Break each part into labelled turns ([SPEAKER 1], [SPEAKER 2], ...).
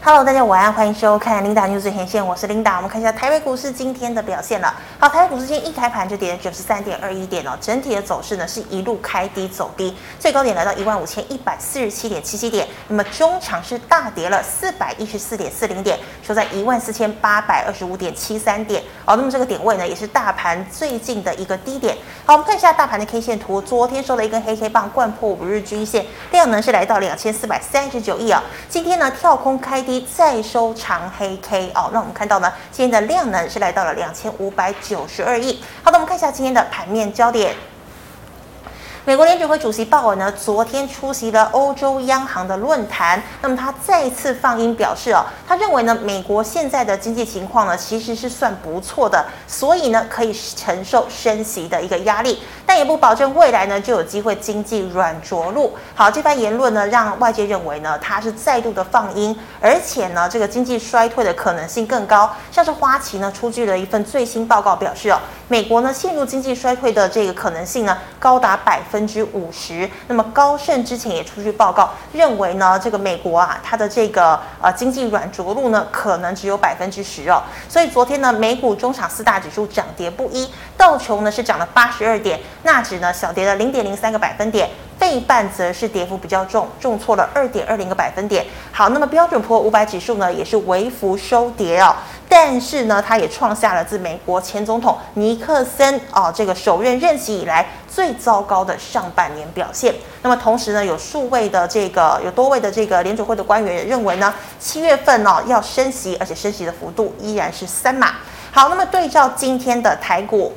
[SPEAKER 1] Hello，大家午安，欢迎收看 Linda News 最前线，我是 Linda。我们看一下台北股市今天的表现了。好，台北股市今天一开盘就跌了九十三点二一点哦，整体的走势呢是一路开低走低，最高点来到一万五千一百四十七点七七点，那么中场是大跌了四百一十四点四零点，收在一万四千八百二十五点七三点。好，那么这个点位呢也是大盘最近的一个低点。好，我们看一下大盘的 K 线图，昨天收了一根黑 K 棒，贯破五日均线，量能是来到两千四百三十九亿啊、今天呢跳空开低，再收长黑 K 哦，让我们看到呢今天的量能是来到了两千五百九十二亿。好的，我们看一下今天的盘面焦点。美国联准会主席鲍尔呢，昨天出席了欧洲央行的论坛。那么他再次放音表示哦，他认为呢，美国现在的经济情况呢，其实是算不错的，所以呢，可以承受升息的一个压力，但也不保证未来呢就有机会经济软着陆。好，这番言论呢，让外界认为呢，他是再度的放音，而且呢，这个经济衰退的可能性更高。像是花旗呢，出具了一份最新报告，表示哦，美国呢陷入经济衰退的这个可能性呢，高达百分。分之五十。那么高盛之前也出具报告，认为呢，这个美国啊，它的这个呃经济软着陆呢，可能只有百分之十哦。所以昨天呢，美股中场四大指数涨跌不一，道琼呢是涨了八十二点，纳指呢小跌了零点零三个百分点。费半则是跌幅比较重，重挫了二点二零个百分点。好，那么标准普尔五百指数呢，也是微幅收跌哦，但是呢，它也创下了自美国前总统尼克森哦这个首任任期以来最糟糕的上半年表现。那么同时呢，有数位的这个有多位的这个联准会的官员也认为呢，七月份哦要升息，而且升息的幅度依然是三码。好，那么对照今天的台股。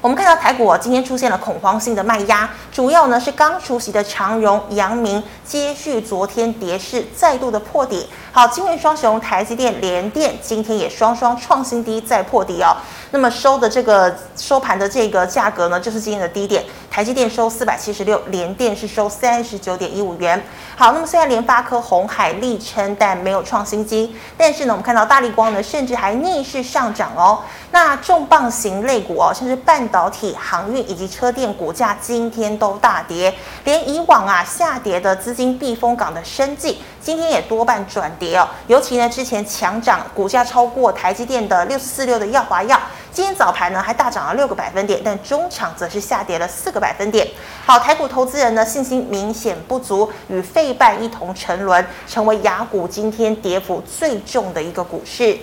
[SPEAKER 1] 我们看到台股、哦、今天出现了恐慌性的卖压，主要呢是刚出席的长荣、阳明接续昨天跌势，再度的破底。好，今日双雄台积电、联电今天也双双创新低，再破底哦。那么收的这个收盘的这个价格呢，就是今天的低点。台积电收四百七十六，联电是收三十九点一五元。好，那么虽然联发科、红海力撑，但没有创新机，但是呢，我们看到大力光呢，甚至还逆势上涨哦。那重磅型类股哦，甚至半。导体、航运以及车电股价今天都大跌，连以往啊下跌的资金避风港的生计，今天也多半转跌哦。尤其呢，之前强涨股价超过台积电的六四四六的耀华药，今天早盘呢还大涨了六个百分点，但中场则是下跌了四个百分点。好，台股投资人呢信心明显不足，与费半一同沉沦，成为雅股今天跌幅最重的一个股市。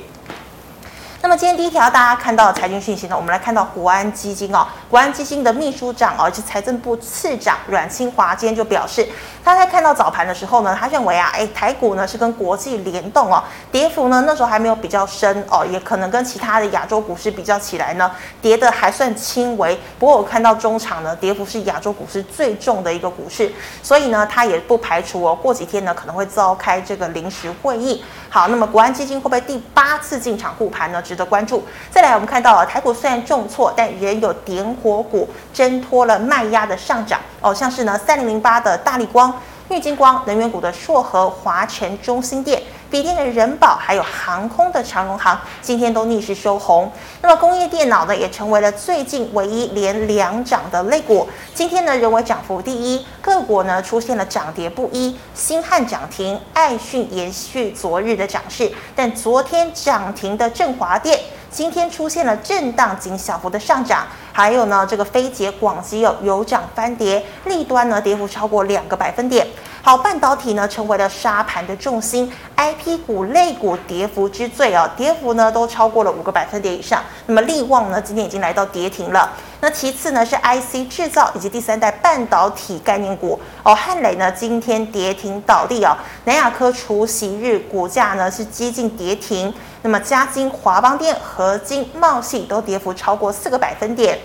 [SPEAKER 1] 那么今天第一条大家看到的财经讯息呢，我们来看到国安基金哦，国安基金的秘书长哦，是财政部次长阮清华今天就表示，他在看到早盘的时候呢，他认为啊，哎，台股呢是跟国际联动哦，跌幅呢那时候还没有比较深哦，也可能跟其他的亚洲股市比较起来呢，跌的还算轻微。不过我看到中场呢，跌幅是亚洲股市最重的一个股市，所以呢，他也不排除哦，过几天呢可能会召开这个临时会议。好，那么国安基金会不会第八次进场护盘呢？值得关注。再来，我们看到啊，台股虽然重挫，但仍有点火股挣脱了卖压的上涨哦，像是呢三零零八的大力光、玉金光、能源股的硕和、华晨、中心店。笔电的人保，还有航空的长荣航，今天都逆势收红。那么工业电脑呢，也成为了最近唯一连两涨的类股。今天呢，人为涨幅第一，各国呢出现了涨跌不一。新汉涨停，爱讯延续昨日的涨势，但昨天涨停的振华电。今天出现了震荡仅小幅的上涨，还有呢，这个飞捷、广基有有涨翻跌，立端呢跌幅超过两个百分点。好，半导体呢成为了沙盘的重心，IP 股、类股跌幅之最哦，跌幅呢都超过了五个百分点以上。那么利旺呢今天已经来到跌停了。那其次呢是 IC 制造以及第三代半导体概念股哦，汉磊呢今天跌停倒地哦，南亚科除息日股价呢是接近跌停。那么，嘉金、华邦电、合金、茂系都跌幅超过四个百分点。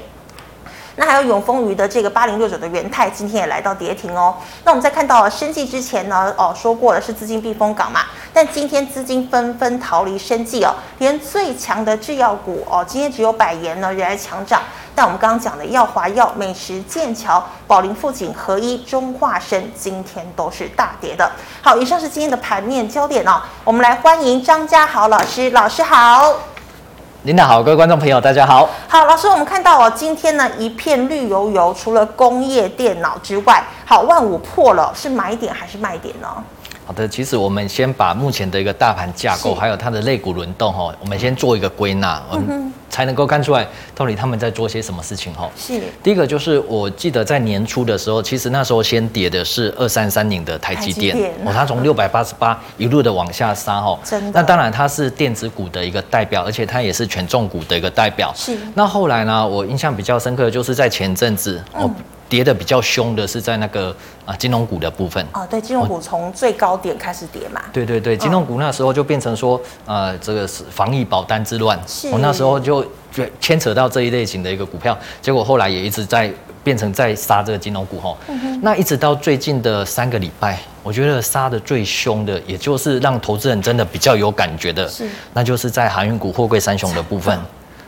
[SPEAKER 1] 那还有永丰余的这个八零六九的元泰，今天也来到跌停哦。那我们再看到生计之前呢，哦说过了是资金避风港嘛，但今天资金纷纷逃离生计哦，连最强的制药股哦，今天只有百元呢仍然强涨。但我们刚刚讲的耀华药、美食、剑桥、宝林、富锦、合一、中化生，今天都是大跌的。好，以上是今天的盘面焦点哦。我们来欢迎张家豪老师，老师好。
[SPEAKER 2] 领导好，各位观众朋友，大家好。
[SPEAKER 1] 好，老师，我们看到哦，今天呢一片绿油油，除了工业电脑之外，好，万五破了，是买点还是卖点呢？
[SPEAKER 2] 好的，其实我们先把目前的一个大盘架构，
[SPEAKER 1] 是
[SPEAKER 2] 还有它的类股轮动哈，我们先做一个归纳，我们才能够看出来到底他们在做些什么事情哦哈。
[SPEAKER 1] 是
[SPEAKER 2] 第一个就是我记得在年初的时候，其实那时候先跌的是二三三零的台积电，
[SPEAKER 1] 台积电
[SPEAKER 2] 哦，它从六百八十八一路的往下杀哦。
[SPEAKER 1] 真的
[SPEAKER 2] 那当然它是电子股的一个代表，而且它也是权重股的一个代表。
[SPEAKER 1] 是
[SPEAKER 2] 那后来呢，我印象比较深刻的就是在前阵子
[SPEAKER 1] 嗯
[SPEAKER 2] 哦。跌的比较凶的是在那个啊金融股的部分，
[SPEAKER 1] 哦，对，金融股从最高点开始跌嘛，
[SPEAKER 2] 哦对对对，金融股那时候就变成说，呃，这个是防疫保单之
[SPEAKER 1] 嗯
[SPEAKER 2] 乱，哦
[SPEAKER 1] 是
[SPEAKER 2] 我那时候就就牵扯到这一类型的一个股票，结果后来也一直在变成在杀这个金融股吼、
[SPEAKER 1] 嗯
[SPEAKER 2] 那一直到最近的三个礼拜，我觉得杀的最凶的，也就是让投资人真的比较有感觉的，
[SPEAKER 1] 是
[SPEAKER 2] 那就是在航运股、货柜三雄的部分，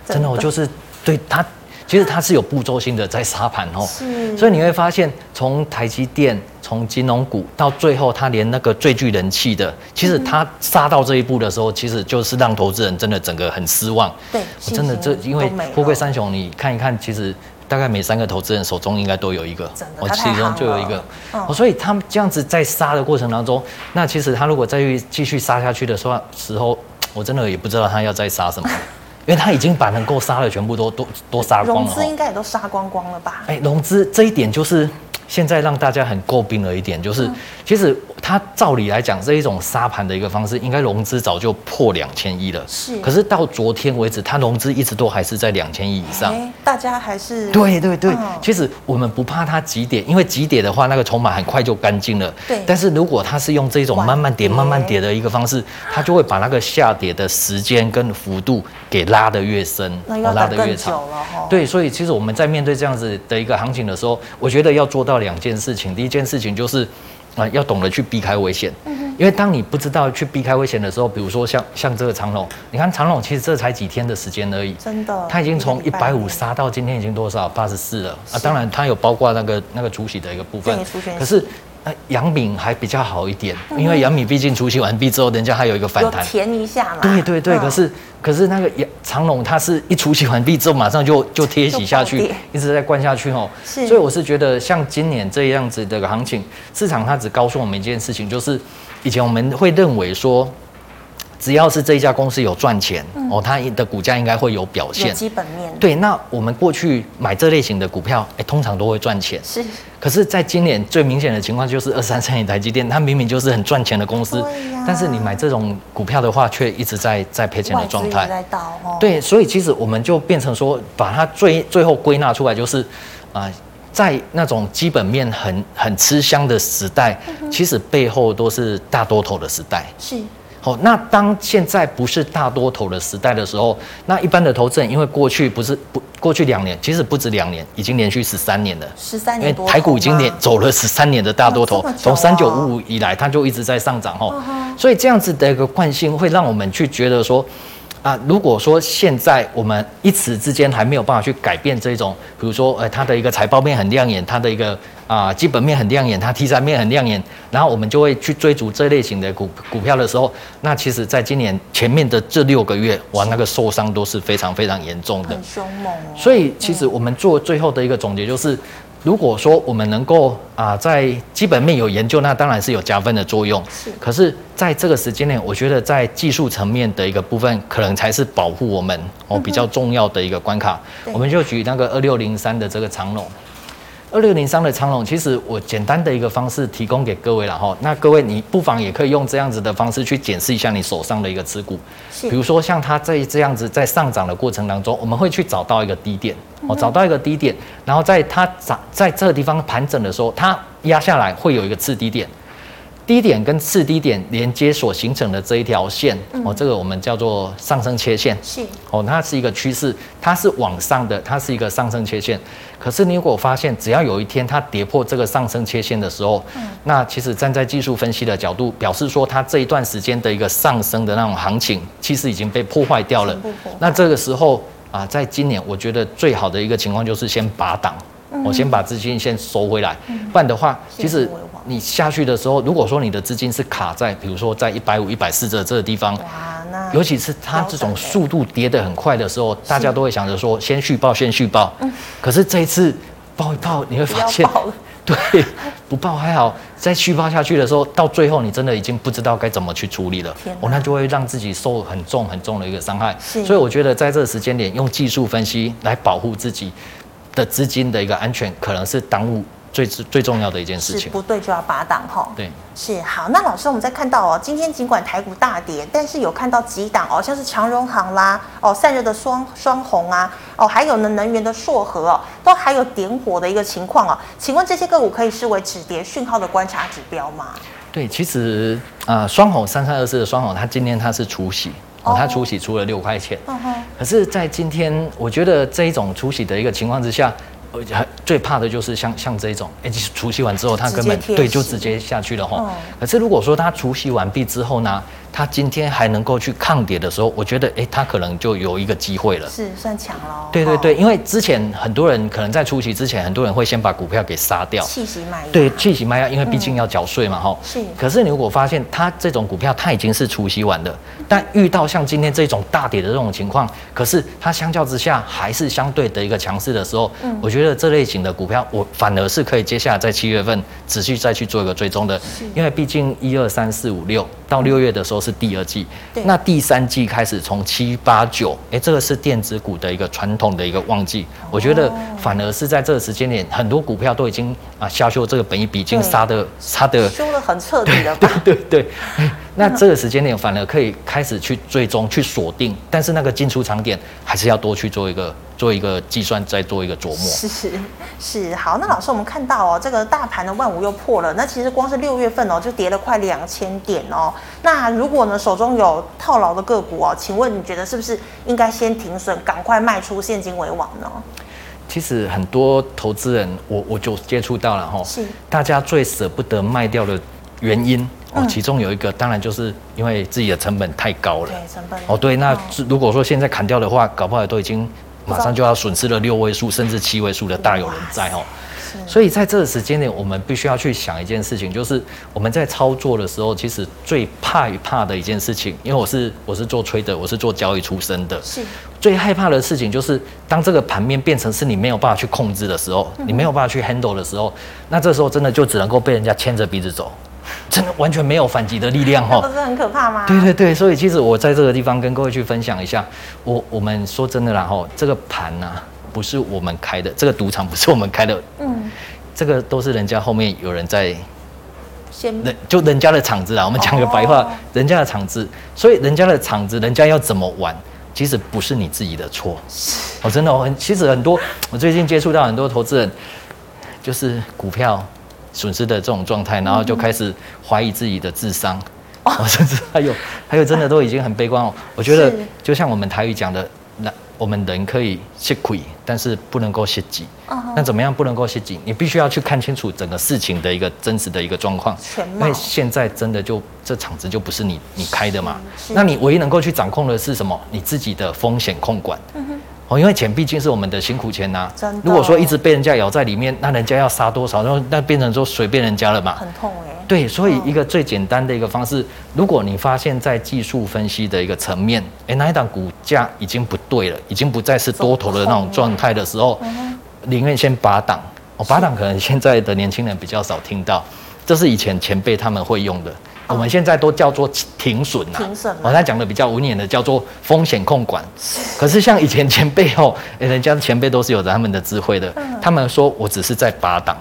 [SPEAKER 1] 真的
[SPEAKER 2] 真的，我就是对它。其实它是有步骤性的在杀盘哦，
[SPEAKER 1] 是
[SPEAKER 2] 所以你会发现，从台积电、从金融股到最后，它连那个最具人气的，
[SPEAKER 1] 嗯
[SPEAKER 2] 其实它杀到这一步的时候，其实就是让投资人真的整个很失望。
[SPEAKER 1] 对
[SPEAKER 2] 我真的
[SPEAKER 1] 信
[SPEAKER 2] 这
[SPEAKER 1] 心
[SPEAKER 2] 因为
[SPEAKER 1] 都没了
[SPEAKER 2] 富贵三雄，你看一看，其实大概每三个投资人手中应该都有一个
[SPEAKER 1] 真的，
[SPEAKER 2] 我
[SPEAKER 1] 它太
[SPEAKER 2] 其中就有一
[SPEAKER 1] 行
[SPEAKER 2] 个
[SPEAKER 1] 了。嗯
[SPEAKER 2] 哦所以他们这样子在杀的过程当中，那其实他如果再去继续杀下去的时候，时候我真的也不知道他要再杀什么，因为他已经把能够杀的全部都都都杀光
[SPEAKER 1] 融
[SPEAKER 2] 了。
[SPEAKER 1] 资
[SPEAKER 2] 哦
[SPEAKER 1] 应该也都杀光光了吧？
[SPEAKER 2] 哎、融资这一点就是现在让大家很诟病的一点，就是、
[SPEAKER 1] 嗯
[SPEAKER 2] 其实它照理来讲，这一种沙盘的一个方式，应该融资早就破两千亿了。
[SPEAKER 1] 是
[SPEAKER 2] 可是到昨天为止，它融资一直都哦还是在两千亿以上。
[SPEAKER 1] 哎，大家还是
[SPEAKER 2] 对对对，
[SPEAKER 1] 嗯
[SPEAKER 2] 其实我们不怕它急跌，因为急跌的话，那个筹码很快就干净了。
[SPEAKER 1] 对
[SPEAKER 2] 但是如果它是用这种慢慢
[SPEAKER 1] 缓跌
[SPEAKER 2] 跌、慢慢跌的一个方式，它就会把那个下跌的时间跟幅度给拉得越深，
[SPEAKER 1] 那又要
[SPEAKER 2] 哦拉
[SPEAKER 1] 等
[SPEAKER 2] 得越
[SPEAKER 1] 更久
[SPEAKER 2] 长。
[SPEAKER 1] 了哦哈。
[SPEAKER 2] 对，所以其实我们在面对这样子的一个行情的时候，我觉得要做到两件事情。第一件事情就是，啊、要懂得去避开危险，
[SPEAKER 1] 嗯
[SPEAKER 2] 因为当你不知道去避开危险的时候，比如说像像这个长龙，你看长龙其实这才几天的时间而已，
[SPEAKER 1] 真的
[SPEAKER 2] 它已经从
[SPEAKER 1] 一个礼
[SPEAKER 2] 一
[SPEAKER 1] 拜
[SPEAKER 2] 百
[SPEAKER 1] 而
[SPEAKER 2] 五
[SPEAKER 1] 已
[SPEAKER 2] 杀到今天已经多少？八十四了啊！当然，它有包括那个那个除息的一个部分
[SPEAKER 1] 对除权息，
[SPEAKER 2] 可是。呃，杨敏还比较好一点，因为杨敏毕竟除息完毕之后，人家还有一个反
[SPEAKER 1] 有
[SPEAKER 2] 弹，
[SPEAKER 1] 填一下嘛。
[SPEAKER 2] 对对对，
[SPEAKER 1] 嗯
[SPEAKER 2] 可是可是那个也长隆，它是一除息完毕之后，马上就就贴息下
[SPEAKER 1] 就暴
[SPEAKER 2] 去
[SPEAKER 1] 跌，
[SPEAKER 2] 一直在灌下去哦。
[SPEAKER 1] 是
[SPEAKER 2] 所以我是觉得像今年这样子的行情，市场它只告诉我们一件事情，就是以前我们会认为说，只要是这一家公司有赚钱、哦，它的股价应该会有表
[SPEAKER 1] 嗯有
[SPEAKER 2] 现。
[SPEAKER 1] 基本面，
[SPEAKER 2] 对，那我们过去买这类型的股票，哎，通常都会赚钱。
[SPEAKER 1] 是
[SPEAKER 2] 可是，在今年最明显的情况就是二三三零台积电，它明明就是很赚钱的公司
[SPEAKER 1] 对呀，
[SPEAKER 2] 但是你买这种股票的话，却一直在在赔钱
[SPEAKER 1] 外
[SPEAKER 2] 的
[SPEAKER 1] 资
[SPEAKER 2] 状
[SPEAKER 1] 也
[SPEAKER 2] 态。
[SPEAKER 1] 在倒哦。，
[SPEAKER 2] 对，所以其实我们就变成说，把它最最后归纳出来就是，啊、在那种基本面很很吃香的时代，
[SPEAKER 1] 嗯
[SPEAKER 2] 其实背后都是大多头的时代。
[SPEAKER 1] 是
[SPEAKER 2] 好，那当现在不是大多头的时代的时候，那一般的投资人，因为过去不是不过去两年，其实不止两年，已经连续十三年了。
[SPEAKER 1] 十三
[SPEAKER 2] 因
[SPEAKER 1] 年
[SPEAKER 2] 为
[SPEAKER 1] 多，
[SPEAKER 2] 台股已经连走了十三年的大多
[SPEAKER 1] 哇
[SPEAKER 2] 头
[SPEAKER 1] 这么，久
[SPEAKER 2] 从
[SPEAKER 1] 啊嗯
[SPEAKER 2] 三九五五以来，它就一直在上涨吼，所以这样子的一个惯性会让我们去觉得说，啊，如果说现在我们一时之间还没有办法去改变这种，比如说呃它的一个财报面很亮眼，它的一个啊、基本面很亮眼，它题材面很亮眼，然后我们就会去追逐这类型的股股票的时候，那其实在今年前面的这六个月，哇，那个受伤都是非常非常严重的
[SPEAKER 1] 很。凶猛哦。
[SPEAKER 2] 所以其实我们做最后的一个总结就是，如果说我们能够啊、在基本面有研究，那当然是有加分的作用。
[SPEAKER 1] 是
[SPEAKER 2] 可是在这个时间内，我觉得在技术层面的一个部分，可能才是保护我们哦比较重要的一个关卡。
[SPEAKER 1] 嗯对
[SPEAKER 2] 我们就举那个二六零三的这个长龙。二六零三的长龙，其实我简单的一个方式提供给各位了哈。那各位，你不妨也可以用这样子的方式去检视一下你手上的一个持股。
[SPEAKER 1] 是
[SPEAKER 2] 比如说像它这这样子在上涨的过程当中，我们会去找到一个低点，哦，找到一个低点，然后在它涨在这个地方盘整的时候，它压下来会有一个次低点，低点跟次低点连接所形成的这一条线，哦，这个我们叫做上升切线，
[SPEAKER 1] 是
[SPEAKER 2] 哦，它是一个趋势，它是往上的，它是一个上升切线。可是你如果发现，只要有一天它跌破这个上升切线的时候，那其实站在技术分析的角度，表示说它这一段时间的一个上升的那种行情，其实已经被破坏掉了
[SPEAKER 1] 全部破坏。
[SPEAKER 2] 那这个时候啊，在今年我觉得最好的一个情况就是先拔档。我先把资金先收回来，不然的话，
[SPEAKER 1] 先
[SPEAKER 2] 其实
[SPEAKER 1] 不为王
[SPEAKER 2] 你下去的时候，如果说你的资金是卡在，比如说在一百五、一百四的这个地方，
[SPEAKER 1] 哇，那
[SPEAKER 2] 尤其是它这种速度跌得很快的时候，大家都会想着说先续报，先续报。可是这一次报一报，你会发
[SPEAKER 1] 嗯不
[SPEAKER 2] 现
[SPEAKER 1] 要报了，
[SPEAKER 2] 对，不报还好，在虚报下去的时候，到最后你真的已经不知道该怎么去处理了
[SPEAKER 1] 天，哪
[SPEAKER 2] 哦，那就会让自己受很重很重的一个伤害。
[SPEAKER 1] 是
[SPEAKER 2] 所以我觉得在这个时间点，用技术分析来保护自己的资金的一个安全，可能是当务最最重要的一件事
[SPEAKER 1] 是
[SPEAKER 2] 情。
[SPEAKER 1] 不对就要拔档哈。
[SPEAKER 2] 对。
[SPEAKER 1] 是好，那老师，我们再看到哦，今天尽管台股大跌，但是有看到几档哦，像是长荣行啦，哦散热的双双红啊，哦还有呢能源的硕和哦，都还有点火的一个情况哦。请问这些个股可以视为止跌讯号的观察指标吗？
[SPEAKER 2] 对，其实啊，呃双、红三三二四的双红，它今天它是除息，哦
[SPEAKER 1] 哦，
[SPEAKER 2] 它除息出了六块钱。
[SPEAKER 1] 嗯哼，
[SPEAKER 2] 可是，在今天，我觉得这一种除息的一个情况之下，呃，最怕的就是像像这一种，哎、其实除息完之后，它
[SPEAKER 1] 直接
[SPEAKER 2] 根本
[SPEAKER 1] 贴息
[SPEAKER 2] 对就直接下去了哈。
[SPEAKER 1] 嗯
[SPEAKER 2] 可是如果说它除息完毕之后呢，它今天还能够去抗跌的时候，我觉得哎、它可能就有一个机会了。
[SPEAKER 1] 是算强喽。
[SPEAKER 2] 对对
[SPEAKER 1] 哦
[SPEAKER 2] 对，，因为之前很多人可能在除息之前，很多人会先把股票给杀掉，
[SPEAKER 1] 气息满盈。
[SPEAKER 2] 对，气息卖压，因为毕竟要缴税嘛，哈、
[SPEAKER 1] 嗯是
[SPEAKER 2] 可是你如果发现它这种股票它已经是除息完的，但遇到像今天这种大跌的这种情况，可是它相较之下还是相对的一个强势的时候，
[SPEAKER 1] 嗯
[SPEAKER 2] 我觉得这类型的股票我反而是可以接下来在七月份持续再去做一个追踪的，因为毕竟一二三四五六到六月的时候是第二季
[SPEAKER 1] 对，
[SPEAKER 2] 那第三季开始从七八九，哎，这个是电子股的一个传统的一个旺季，我觉
[SPEAKER 1] 哦
[SPEAKER 2] 得反而是在这个时间点，很多股票都已经啊下修这个本益比已经
[SPEAKER 1] 对
[SPEAKER 2] 杀的杀的。
[SPEAKER 1] 修的很彻底了吧？
[SPEAKER 2] 对对，哎那这个时间点反而可以开始去追踪、去锁定，但是那个进出场点还是要多去做一个做一个计算，再做一个琢磨。
[SPEAKER 1] 是 是好，那老师，我们看到哦，这个大盘的万五又破了，那其实光是六月份哦，就跌了快两千点哦。那如果呢手中有套牢的个股哦，请问你觉得是不是应该先停损，赶快卖出，现金为王呢？
[SPEAKER 2] 其实很多投资人，我我就接触到了哈
[SPEAKER 1] 是，
[SPEAKER 2] 大家最舍不得卖掉的原因哦，
[SPEAKER 1] 嗯
[SPEAKER 2] 其中有一个当然就是因为自己的成本太高了
[SPEAKER 1] 对。，成本
[SPEAKER 2] 哦，对，那是如果说现在砍掉的话，搞不好都已经马上就要损失了六位数甚至七位数的大有人在哦。
[SPEAKER 1] 是
[SPEAKER 2] 所以在这个时间点，我们必须要去想一件事情，就是我们在操作的时候，其实最怕怕的一件事情，因为我是我是做 trader，我是做交易出身的，
[SPEAKER 1] 是
[SPEAKER 2] 最害怕的事情就是，当这个盘面变成是你没有办法去控制的时候，你没有办法去 handle 的时候，那这时候真的就只能够被人家牵着鼻子走，真的完全没有反击的力量
[SPEAKER 1] 那
[SPEAKER 2] 哈
[SPEAKER 1] 哦不。是很可怕吗？
[SPEAKER 2] 对对对，所以其实我在这个地方跟各位去分享一下，我我们说真的啦哈，这个盘呐、不是我们开的，这个赌场不是我们开的，
[SPEAKER 1] 嗯，
[SPEAKER 2] 这个都是人家后面有人在
[SPEAKER 1] 先
[SPEAKER 2] 人就人家的场子啦，啊我们讲个白话，
[SPEAKER 1] 哦
[SPEAKER 2] 人家的场子，所以人家的场子，人家要怎么玩，其实不是你自己的错。哦，真的、哦，很其实很多，我最近接触到很多投资人，就是股票损失的这种状
[SPEAKER 1] 嗯
[SPEAKER 2] 态，然后就开始怀疑自己的智商，哦， 甚至还有还有真的都已经很悲观哦。我觉得
[SPEAKER 1] 是
[SPEAKER 2] 就像我们台语讲的，那我们人可以吃亏，但是不能够泄己。
[SPEAKER 1] 嗯哼
[SPEAKER 2] 那怎么样不能够泄己？你必须要去看清楚整个事情的一个真实的一个状况。
[SPEAKER 1] 全貌
[SPEAKER 2] 因为哎现在真的就这场子就不是你你开的嘛，
[SPEAKER 1] 是
[SPEAKER 2] 那你唯一能够去掌控的是什么？你自己的风险控管。哦，因为钱毕竟是我们的辛苦钱呐、
[SPEAKER 1] 嗯真的
[SPEAKER 2] 如果说一直被人家咬在里面，那人家要杀多少，然后那变成说随便人家了嘛。
[SPEAKER 1] 很痛哎、
[SPEAKER 2] 对，所以一个最简单的一个方式，如果你发现在技术分析的一个层面，诶，那一档股价已经不对了，已经不再是多头的那种状态的时候，宁愿先拔档。哦，拔档可能现在的年轻人比较少听到，这是以前前辈他们会用的，我们现在都叫做停损呐、
[SPEAKER 1] 停损嘛
[SPEAKER 2] 哦，他讲的比较文言的叫做风险控管。可是像以前前辈哦，诶人家前辈都是有着他们的智慧的，他们说我只是在拔档。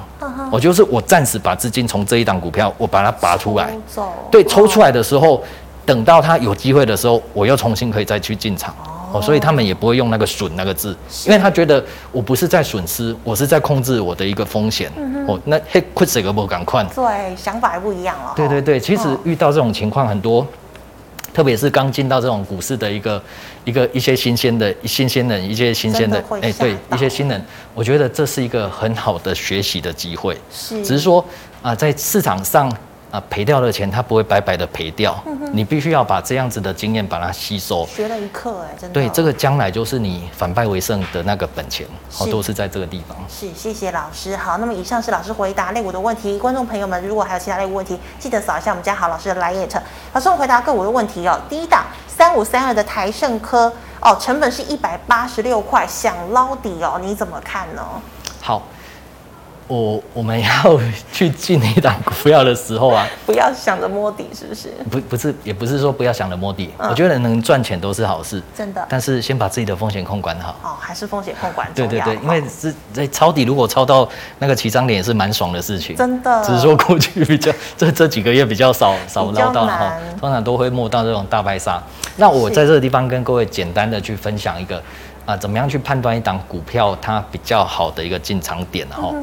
[SPEAKER 2] 我就是我暂时把资金从这一档股票，我把它拔出来
[SPEAKER 1] 抽，走
[SPEAKER 2] 对，抽出来的时候，等到它有机会的时候，我又重新可以再去进场。哦，所以他们也不会用那个损那个字，因为他觉得我不是在损失，我是在控制我的一个风险。哦，那嘿，亏这个不赶快。
[SPEAKER 1] 对想法也不一样了。
[SPEAKER 2] 对对对，其实
[SPEAKER 1] 嗯
[SPEAKER 2] 遇到这种情况很多，特别是刚进到这种股市的一个一个一些新鲜的新鲜人，一些新鲜
[SPEAKER 1] 真
[SPEAKER 2] 的哎
[SPEAKER 1] 的会吓
[SPEAKER 2] 对
[SPEAKER 1] 到
[SPEAKER 2] 一些新人，我觉得这是一个很好的学习的机会。
[SPEAKER 1] 是
[SPEAKER 2] 只是说啊、在市场上啊赔、掉的钱，它不会白白的赔掉，
[SPEAKER 1] 嗯
[SPEAKER 2] 你必须要把这样子的经验把它吸收。
[SPEAKER 1] 学了一课哎、真的。
[SPEAKER 2] 对，这个将来就是你反败为胜的那个本钱，好、
[SPEAKER 1] 是
[SPEAKER 2] 都是在这个地方。
[SPEAKER 1] 是，谢谢老师。好，那么以上是老师回答类股的问题。观众朋友们，如果还有其他类股问题，记得扫一下我们家好老师的来 e t 老师，我回答个股的问题哦。第一档三五三二的台盛科哦，成本是一百八十六块，想捞底哦，你怎么看呢？
[SPEAKER 2] 好，我我们要 去进一档股票的时候啊，
[SPEAKER 1] 不要想着摸底，是不是？
[SPEAKER 2] 不不是也不是说不要想着摸底，我觉得能赚钱都是好事，
[SPEAKER 1] 真的
[SPEAKER 2] 但是先把自己的风险控管好。
[SPEAKER 1] 哦，还是风险控管
[SPEAKER 2] 对
[SPEAKER 1] 重
[SPEAKER 2] 对
[SPEAKER 1] 要。
[SPEAKER 2] 对，因为
[SPEAKER 1] 哦
[SPEAKER 2] 是在抄底，如果抄到那个起涨点也是蛮爽的事情，
[SPEAKER 1] 真的
[SPEAKER 2] 只是说过去比较这这几个月比较少少
[SPEAKER 1] 比较
[SPEAKER 2] 捞到了哈
[SPEAKER 1] 难，
[SPEAKER 2] 通常都会摸到这种大白鲨。那我
[SPEAKER 1] 是
[SPEAKER 2] 在这个地方跟各位简单的去分享一个啊、怎么样去判断一档股票它比较好的一个进场点
[SPEAKER 1] 嗯
[SPEAKER 2] 哈。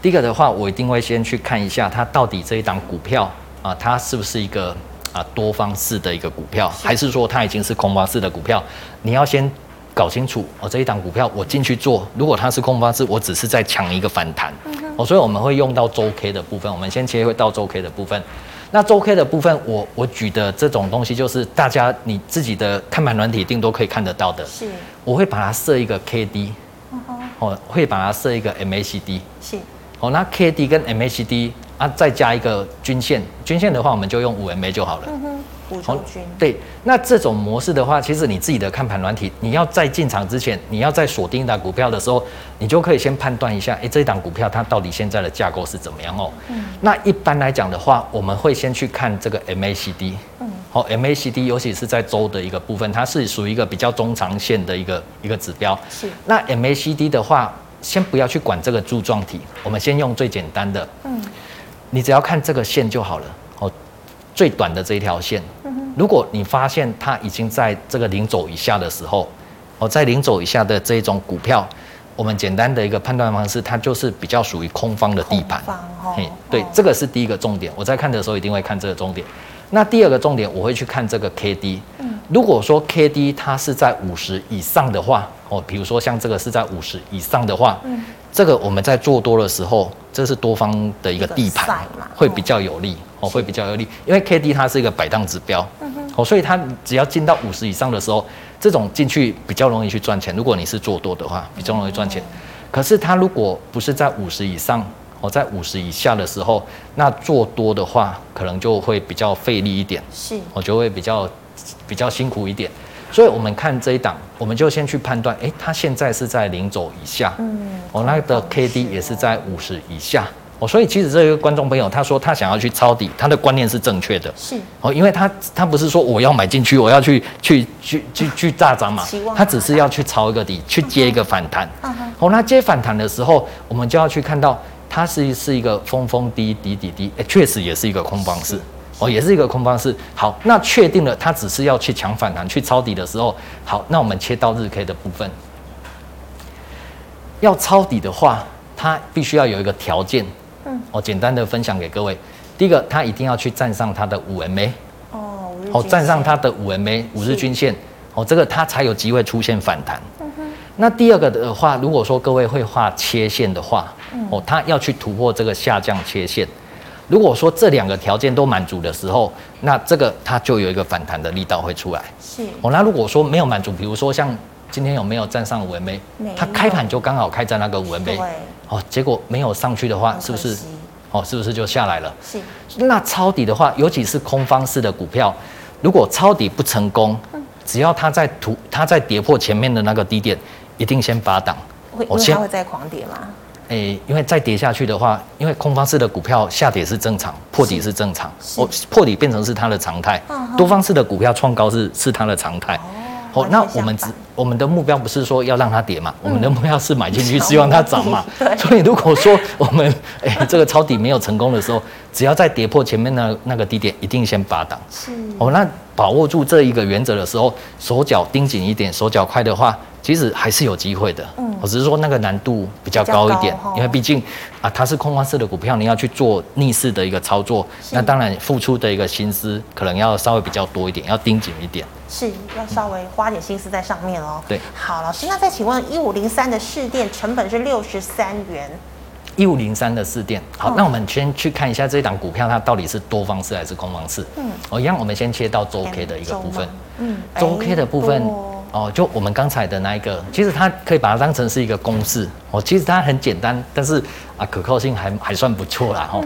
[SPEAKER 2] 第一个的话，我一定会先去看一下它到底这一档股票啊、它是不是一个。啊，多方式的一个股票，还是说它已经是空方式的股票？你要先搞清楚哦，这一档股票我进去做，如果它是空方式，我只是在抢一个反弹、哦，所以我们会用到周 K 的部分，我们先切回到周 K 的部分。那周 K 的部分，我我举的这种东西就是大家你自己的看盘软体一定都可以看得到的，
[SPEAKER 1] 是
[SPEAKER 2] 我会把它设一个 KD，哦，会把它设一个 MACD，
[SPEAKER 1] 是
[SPEAKER 2] 哦，那 K D 跟 M H D 啊，再加一个均线，均线的话我们就用五 MA 就好了。
[SPEAKER 1] 嗯补
[SPEAKER 2] 好
[SPEAKER 1] 充军，
[SPEAKER 2] 对，那这种模式的话，其实你自己的看盘软体，你要在进场之前，你要在锁定一档股票的时候，你就可以先判断一下，哎、这一档股票它到底现在的架构是怎么样哦。那一般来讲的话，我们会先去看这个 MACD，嗯，好、MACD 尤其是在周的一个部分，它是属于一个比较中长线的一个一个指标。
[SPEAKER 1] 是
[SPEAKER 2] 那 MACD 的话，先不要去管这个柱状体，我们先用最简单的，
[SPEAKER 1] 嗯，
[SPEAKER 2] 你只要看这个线就好了。哦，最短的这一条线，如果你发现它已经在这个零走以下的时候，哦，在零走以下的这一种股票，我们简单的一个判断方式，它就是比较属于空方的地盘
[SPEAKER 1] 空方哦。
[SPEAKER 2] 嘿对
[SPEAKER 1] 哦，
[SPEAKER 2] 这个是第一个重点。我在看的时候一定会看这个重点。那第二个重点，我会去看这个 K D。如
[SPEAKER 1] 嗯
[SPEAKER 2] 果说 K D 它是在五十以上的话，哦，比如说像这个是在五十以上的话，
[SPEAKER 1] 嗯
[SPEAKER 2] 这个我们在做多的时候，这是多方的一个地
[SPEAKER 1] 一个
[SPEAKER 2] 盘
[SPEAKER 1] 赛嘛，
[SPEAKER 2] 会比较有利哦，会比较有利，因为 K D 它是一个摆荡指标，哦，所以它只要进到五十以上的时候，这种进去比较容易去赚钱。如果你是做多的话，比较容易赚钱。可是它如果不是在五十以上，哦，在五十以下的时候，那做多的话，可能就会比较费力一点。
[SPEAKER 1] 是
[SPEAKER 2] 我就会比较比较辛苦一点。所以我们看这一档，我们就先去判断，诶，它现在是在零走以下，
[SPEAKER 1] 嗯，
[SPEAKER 2] 哦，那的 K D 也是在五十以下，哦，所以其实这个观众朋友他说他想要去抄底，他的观念是正确的，
[SPEAKER 1] 是
[SPEAKER 2] 哦，因为他他不是说我要买进去，我要去去去去去大涨嘛
[SPEAKER 1] 期望，
[SPEAKER 2] 他只是要去抄一个底，去接一个反弹。
[SPEAKER 1] 嗯哼
[SPEAKER 2] 哦，那接反弹的时候，我们就要去看到它是是一个峰峰低低低低，哎，确实也是一个空方式。哦，也是一个空方式。好，那确定了，它只是要去抢反弹、去抄底的时候，好，那我们切到日 K 的部分。要抄底的话，它必须要有一个条件。嗯，我简单的分享给各位。第一个，它一定要去站上它的五 MA，
[SPEAKER 1] 哦，五日
[SPEAKER 2] 哦，
[SPEAKER 1] 均
[SPEAKER 2] 站上
[SPEAKER 1] 线
[SPEAKER 2] 它的五 MA 五日均线，哦，这个它才有机会出现反弹。
[SPEAKER 1] 嗯
[SPEAKER 2] 那第二个的话，如果说各位会画切线的话，
[SPEAKER 1] 嗯
[SPEAKER 2] 哦，它要去突破这个下降切线。如果说这两个条件都满足的时候，那这个它就有一个反弹的力道会出来。
[SPEAKER 1] 是
[SPEAKER 2] 哦，那如果说没有满足，比如说像今天有没有站上五 MA，
[SPEAKER 1] 没有
[SPEAKER 2] 它开盘就刚好开在那个五 MA，
[SPEAKER 1] 对
[SPEAKER 2] 哦，结果没有上去的话，
[SPEAKER 1] 很
[SPEAKER 2] 是
[SPEAKER 1] 可
[SPEAKER 2] 不是
[SPEAKER 1] 惜？
[SPEAKER 2] 哦，是不是就下来了？
[SPEAKER 1] 是
[SPEAKER 2] 那抄底的话，尤其是空方式的股票，如果抄底不成功，只要它在突它在跌破前面的那个低点，一定先拔档。
[SPEAKER 1] 会因
[SPEAKER 2] 我
[SPEAKER 1] 为
[SPEAKER 2] 哦先
[SPEAKER 1] 它会再狂跌嘛？
[SPEAKER 2] 诶、因为再跌下去的话，因为空方式的股票下跌是正常，破底是正常，
[SPEAKER 1] 是
[SPEAKER 2] 哦，破底变成是它的常态
[SPEAKER 1] 嗯，哼
[SPEAKER 2] 多方式的股票创高是是它的常态。
[SPEAKER 1] 哦
[SPEAKER 2] 哦，那
[SPEAKER 1] 完全
[SPEAKER 2] 我们只
[SPEAKER 1] 相反。
[SPEAKER 2] 我们的目标不是说要让它跌嘛，我们的目标是买进去，希望它涨嘛
[SPEAKER 1] 嗯对
[SPEAKER 2] 所以如果说我们诶、这个抄底没有成功的时候，只要在跌破前面的那个低点，一定先拔档。
[SPEAKER 1] 是
[SPEAKER 2] 哦，那把握住这一个原则的时候，手脚盯紧一点，手脚快的话，其实还是有机会的。嗯，我只是说那个难度比较高一点
[SPEAKER 1] 比较，高哦
[SPEAKER 2] 因为毕竟啊，它是空方式的股票，你要去做逆势的一个操作，那当然付出的一个心思可能要稍微比较多一点，要盯紧一点。
[SPEAKER 1] 是要稍微花点心思在上面哦。
[SPEAKER 2] 对
[SPEAKER 1] 好，老师，那再请问一五零三的市电成本是六十三元，
[SPEAKER 2] 一五零三的四电，好，
[SPEAKER 1] 嗯
[SPEAKER 2] 那我们先去看一下这档股票它到底是多方式还是空方式。
[SPEAKER 1] 嗯
[SPEAKER 2] 嗯，哦，一样，我们先切到周 K 的一个
[SPEAKER 1] 周
[SPEAKER 2] 部
[SPEAKER 1] 吗
[SPEAKER 2] 分。
[SPEAKER 1] 嗯，
[SPEAKER 2] 周 K 的部分
[SPEAKER 1] 哎多
[SPEAKER 2] 哦，就我们刚才的那一个，其实它可以把它当成是一个公式哦，其实它很简单，但是啊可靠性还还算不错啦哦。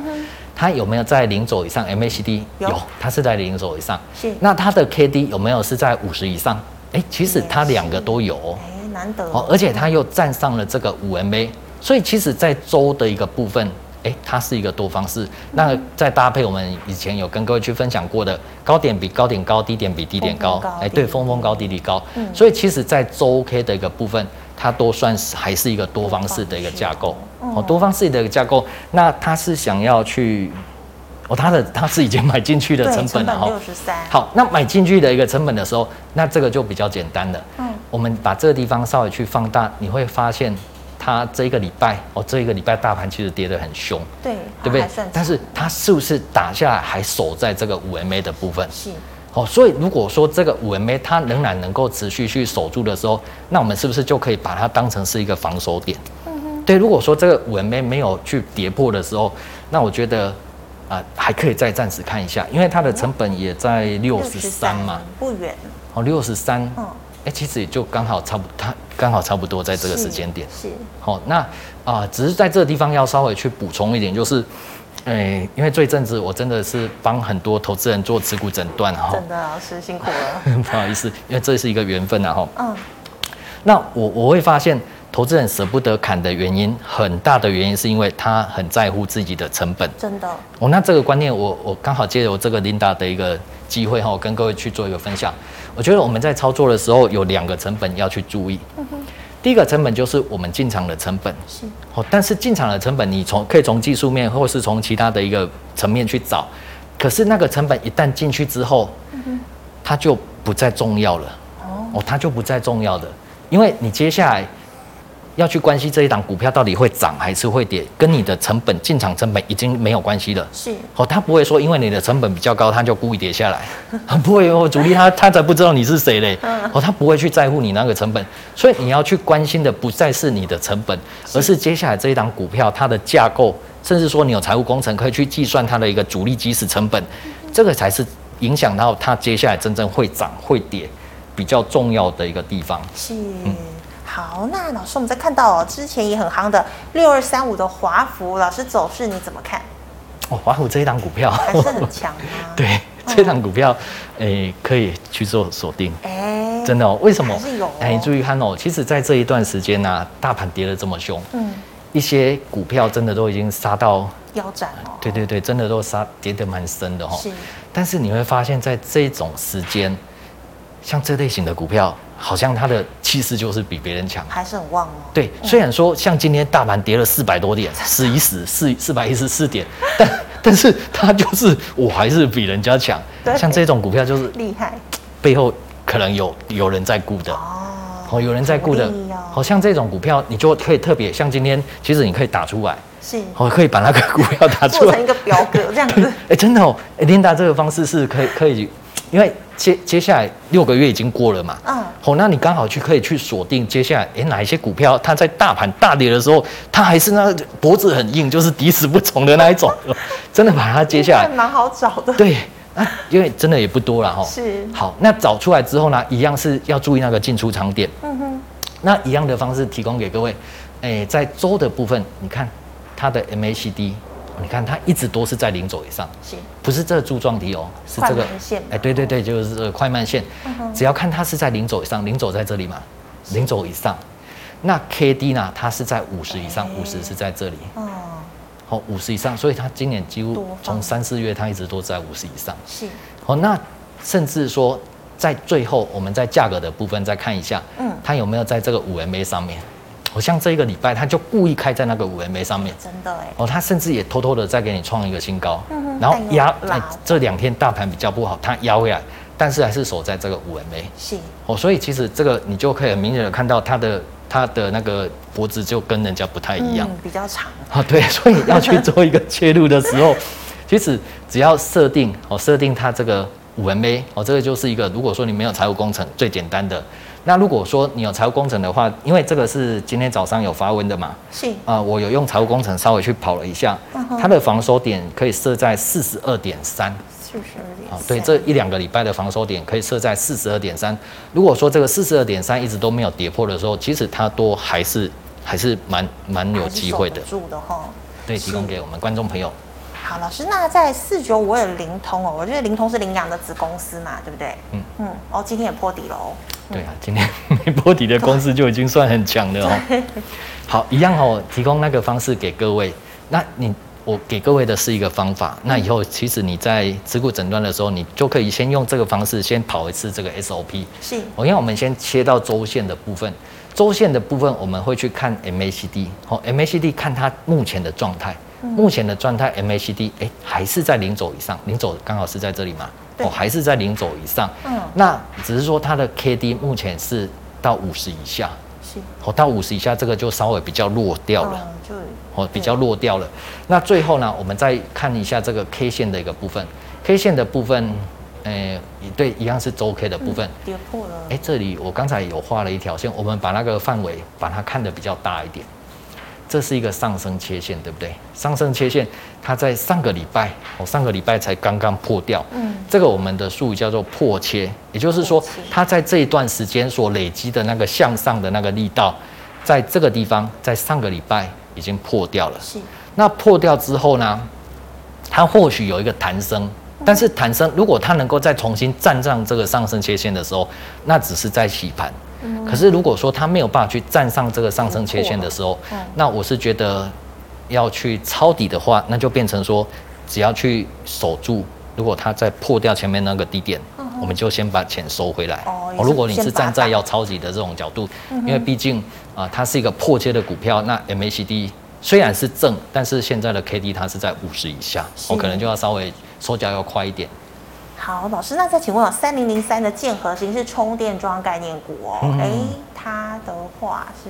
[SPEAKER 2] 它有没有在零轴以上？MACD
[SPEAKER 1] 嗯有
[SPEAKER 2] 它是在零轴以上。
[SPEAKER 1] 是
[SPEAKER 2] 那它的 KD 有没有是在五十以上？哎，其实它两个都有哦、
[SPEAKER 1] 哎，难得
[SPEAKER 2] 哦，而且它又站上了这个五 MA，所以其实，在周的一个部分，哎、它是一个多方式。那再搭配我们以前有跟各位去分享过的，高点比高点高，低点比低点
[SPEAKER 1] 峰峰
[SPEAKER 2] 高
[SPEAKER 1] 高，嗯
[SPEAKER 2] 哎、
[SPEAKER 1] 低
[SPEAKER 2] 对，
[SPEAKER 1] 点
[SPEAKER 2] 峰峰高低低高。所以其实，在周 K 的一个部分，它都算是还是一个多方式的一个架构，
[SPEAKER 1] 嗯
[SPEAKER 2] 哦，多方式的一个架构。那它是想要去，哦，它的它是已经买进去的
[SPEAKER 1] 对，
[SPEAKER 2] 成
[SPEAKER 1] 成
[SPEAKER 2] 本了哦
[SPEAKER 1] 本
[SPEAKER 2] 哈。
[SPEAKER 1] 六十三，
[SPEAKER 2] 好，那买进去的一个成本的时候，那这个就比较简单了。嗯，我们把这个地方稍微去放大，你会发现它这一个礼拜哦，这一个礼拜大盘其实跌得很凶，
[SPEAKER 1] 对，
[SPEAKER 2] 对不对
[SPEAKER 1] 啊还算？
[SPEAKER 2] 但是它是不是打下来还守在这个五 MA 的部分？
[SPEAKER 1] 是
[SPEAKER 2] 哦，所以如果说这个五 MA 它仍然能够持续去守住的时候，那我们是不是就可以把它当成是一个防守点？对，如果说这个五 MA 没有去跌破的时候，那我觉得啊、还可以再暂时看一下，因为它的成本也在六十三嘛，，
[SPEAKER 1] 不远，
[SPEAKER 2] 哦，六十三，
[SPEAKER 1] 嗯
[SPEAKER 2] 哎，其实也就刚好差不它刚好差不多在这个时间点。
[SPEAKER 1] 是
[SPEAKER 2] 好、那啊、只是在这个地方要稍微去补充一点，就是，诶、因为这一阵子我真的是帮很多投资人做持股诊断哈，
[SPEAKER 1] 真的老师辛苦了，
[SPEAKER 2] 不好意思，因为这是一个缘分啊哈。
[SPEAKER 1] 嗯，
[SPEAKER 2] 那我我会发现，投资人舍不得砍的原因，很大的原因是因为他很在乎自己的成本。
[SPEAKER 1] 真的
[SPEAKER 2] 哦，那这个观念我我刚好借由这个 Linda 的一个机会哈、我跟各位去做一个分享。我觉得我们在操作的时候有两个成本要去注意。第一个成本就是我们进场的成本，
[SPEAKER 1] 是
[SPEAKER 2] 哦，但是进场的成本你从可以从技术面或是从其他的一个层面去找，可是那个成本一旦进去之后，它就不再重要了。哦，它就不再重要了，因为你接下来要去关心这一档股票到底会涨还是会跌，跟你的成本进场成本已经没有关系了。
[SPEAKER 1] 是
[SPEAKER 2] 哦，它不会说因为你的成本比较高，它就故意跌下来， 不会哦，主力他他才不知道你是谁嘞，哦，他不会去在乎你那个成本，所以你要去关心的不再是你的成本，而是接下来这一档股票它的架构，甚至说你有财务工程可以去计算它的一个主力基石成本，这个才是影响到它接下来真正会涨会跌比较重要的一个地方。
[SPEAKER 1] 是。好，那老师，我们再看到哦，之前也很夯的六二三五的华孚，老师走势你怎么看？
[SPEAKER 2] 哦，华虎这一档股票，
[SPEAKER 1] 还是很强吗？，
[SPEAKER 2] 对，这档股票，诶、可以去做锁定。
[SPEAKER 1] 哎、
[SPEAKER 2] 真的哦，为什么
[SPEAKER 1] 还是有哦？
[SPEAKER 2] 哎，你注意看哦，其实，在这一段时间呢、大盘跌得这么凶，
[SPEAKER 1] 嗯，
[SPEAKER 2] 一些股票真的都已经杀到，
[SPEAKER 1] 腰斩哦，
[SPEAKER 2] 对对对，真的都杀跌得蛮深的哦。
[SPEAKER 1] 是
[SPEAKER 2] 但是你会发现在这种时间，像这类型的股票，好像它的气势就是比别人强。
[SPEAKER 1] 还是很旺哦，
[SPEAKER 2] 对，虽然说像今天大盘跌了四百多点，死一死四四百一十四点，但但是它就是我还是比人家强
[SPEAKER 1] 对。
[SPEAKER 2] 像这种股票就是
[SPEAKER 1] 厉害
[SPEAKER 2] 背后可能有有人在顾的。
[SPEAKER 1] 哦，
[SPEAKER 2] 哦，有人在顾的
[SPEAKER 1] 鼓励哦，
[SPEAKER 2] 好、像这种股票，你就可以特别像今天，其实你可以打出来，
[SPEAKER 1] 是
[SPEAKER 2] 哦，可以把那个股票打出
[SPEAKER 1] 做
[SPEAKER 2] 来
[SPEAKER 1] 成一。个表格 这样子，
[SPEAKER 2] 哎、真的哦，哎、琳达这个方式是可以可以，因为接接下来六个月已经过了嘛，
[SPEAKER 1] 嗯
[SPEAKER 2] 哦，那你刚好去可以去锁定接下来，哎、哪一些股票它在大盘大跌的时候，它还是那个脖子很硬，就是抵死不从的那 一种，真的把它接下来
[SPEAKER 1] 应该蛮好找 的，
[SPEAKER 2] 对，那因为真的也不多了哈。
[SPEAKER 1] 是
[SPEAKER 2] 好，那找出来之后呢，一样是要注意那个进出场点。嗯哼。那一样的方式提供给各位，哎、在周的部分，你看它的 MACD，你看它一直都是在零轴以上，
[SPEAKER 1] 是
[SPEAKER 2] 不是这个柱状体哦，是这个
[SPEAKER 1] 快慢线嘛嗯
[SPEAKER 2] 哎、对对对，就是这个快慢线。只要看它是在零轴以上，零轴在这里嘛，零轴以上。那 K D 呢？它是在五十以上，五
[SPEAKER 1] 哎
[SPEAKER 2] 十是在这里，
[SPEAKER 1] 哦，
[SPEAKER 2] 好五十以上，所以它今年几
[SPEAKER 1] 多
[SPEAKER 2] 乎
[SPEAKER 1] 方
[SPEAKER 2] 从三四月它一直都在五十以上。
[SPEAKER 1] 是
[SPEAKER 2] 哦，那甚至说，在最后我们在价格的部分再看一下，
[SPEAKER 1] 嗯
[SPEAKER 2] 它有没有在这个五 MA 上面？好、像这一个礼拜，它就故意开在那个五 MA 上面。
[SPEAKER 1] 真的哎，
[SPEAKER 2] 哦，它甚至也偷偷的再给你创一个新高，
[SPEAKER 1] 嗯哼
[SPEAKER 2] 然后
[SPEAKER 1] 但又
[SPEAKER 2] 压、
[SPEAKER 1] 拉
[SPEAKER 2] 哎这两天大盘比较不好，它压回来，但是还是守在这个五 MA。
[SPEAKER 1] 是
[SPEAKER 2] 哦，所以其实这个你就可以很明显的看到它的它的那个脖子就跟人家不太一样。
[SPEAKER 1] 嗯，比较长，
[SPEAKER 2] 啊，对， 所以要去做一个切入的时候， 其实只要设定哦，设定它这个五 MA 哦，这个就是一个，如果说你没有财务工程最简单的，那如果说你有财务工程的话，因为这个是今天早上有发问的嘛，
[SPEAKER 1] 是
[SPEAKER 2] 啊、我有用财务工程稍微去跑了一下，它的防守点可以设在四十二点三。
[SPEAKER 1] 四十二点
[SPEAKER 2] 啊
[SPEAKER 1] 三，，
[SPEAKER 2] 对，这一两个礼拜的防守点可以设在四十二点三。如果说这个四十二点三一直都没有跌破的时候，其实它都还是还是蛮蛮有
[SPEAKER 1] 还是
[SPEAKER 2] 机
[SPEAKER 1] 守
[SPEAKER 2] 会
[SPEAKER 1] 得
[SPEAKER 2] 的。
[SPEAKER 1] 住的哈。
[SPEAKER 2] 对，提供给我们观众朋友。
[SPEAKER 1] 好，老师，那在四九五二零通哦，我觉得灵通是羚羊的子公司嘛，对不对？嗯嗯，哦，今天也破底喽，
[SPEAKER 2] 对啊，今天 波底的公司就已经算很强了哦。好，一样哦，提供那个方式给各位。那你我给各位的是一个方法，那以后其实你在持股诊断的时候，你就可以先用这个方式先跑一次这个 SOP。
[SPEAKER 1] 是
[SPEAKER 2] 哦我让我们先切到周线的部分，周线的部分我们会去看 MACD，好、MACD 看它目前的状态，
[SPEAKER 1] 嗯
[SPEAKER 2] 目前的状态 MACD 哎、还是在零轴以上，零轴刚好是在这里嘛，
[SPEAKER 1] 对
[SPEAKER 2] 哦还是在零轴以上，
[SPEAKER 1] 嗯
[SPEAKER 2] 那只是说它的 KD 目前是到五十以下，
[SPEAKER 1] 是，
[SPEAKER 2] 哦到五十以下这个就稍微比较弱掉了。
[SPEAKER 1] 嗯，就
[SPEAKER 2] 哦，比较弱掉了。那最后呢，我们再看一下这个 K 线的一个部分，K 线的部分，呃，对，一样是周 K 的部分。
[SPEAKER 1] 跌破了，
[SPEAKER 2] 哎，这里我刚才有画了一条线，我们把那个范围把它看得比较大一点。这是一个上升切线，对不对？上升切线它在上个礼拜，哦，上个礼拜才刚刚破掉。
[SPEAKER 1] 嗯，
[SPEAKER 2] 这个我们的术语叫做破切，也就是说
[SPEAKER 1] 破切，
[SPEAKER 2] 它在这一段时间所累积的那个向上的那个力道，在这个地方，在上个礼拜已经破掉了。
[SPEAKER 1] 是
[SPEAKER 2] 那破掉之后呢，它或许有一个弹升，但是弹升如果它能够再重新站上这个上升切线的时候，那只是在洗盘。
[SPEAKER 1] 嗯
[SPEAKER 2] 可是如果说它没有办法去站上这个上升切线的时候
[SPEAKER 1] 嗯，
[SPEAKER 2] 那我是觉得要去抄底的话，那就变成说只要去守住。如果它再破掉前面那个低点，我们就先把钱收回来。
[SPEAKER 1] 嗯哦也是
[SPEAKER 2] 如果你是
[SPEAKER 1] 先把它
[SPEAKER 2] 站在要超级的这种角度，因为毕竟啊、它是一个破切的股票，那 MACD 虽然是正，但是现在的 KD 它是在五十以下，我、
[SPEAKER 1] 是
[SPEAKER 2] 可能就要稍微收脚要快一点。
[SPEAKER 1] 好，老师，那再请问哦，三零零三的建和型是充电桩概念股哦，
[SPEAKER 2] 嗯
[SPEAKER 1] 哎、它的话是，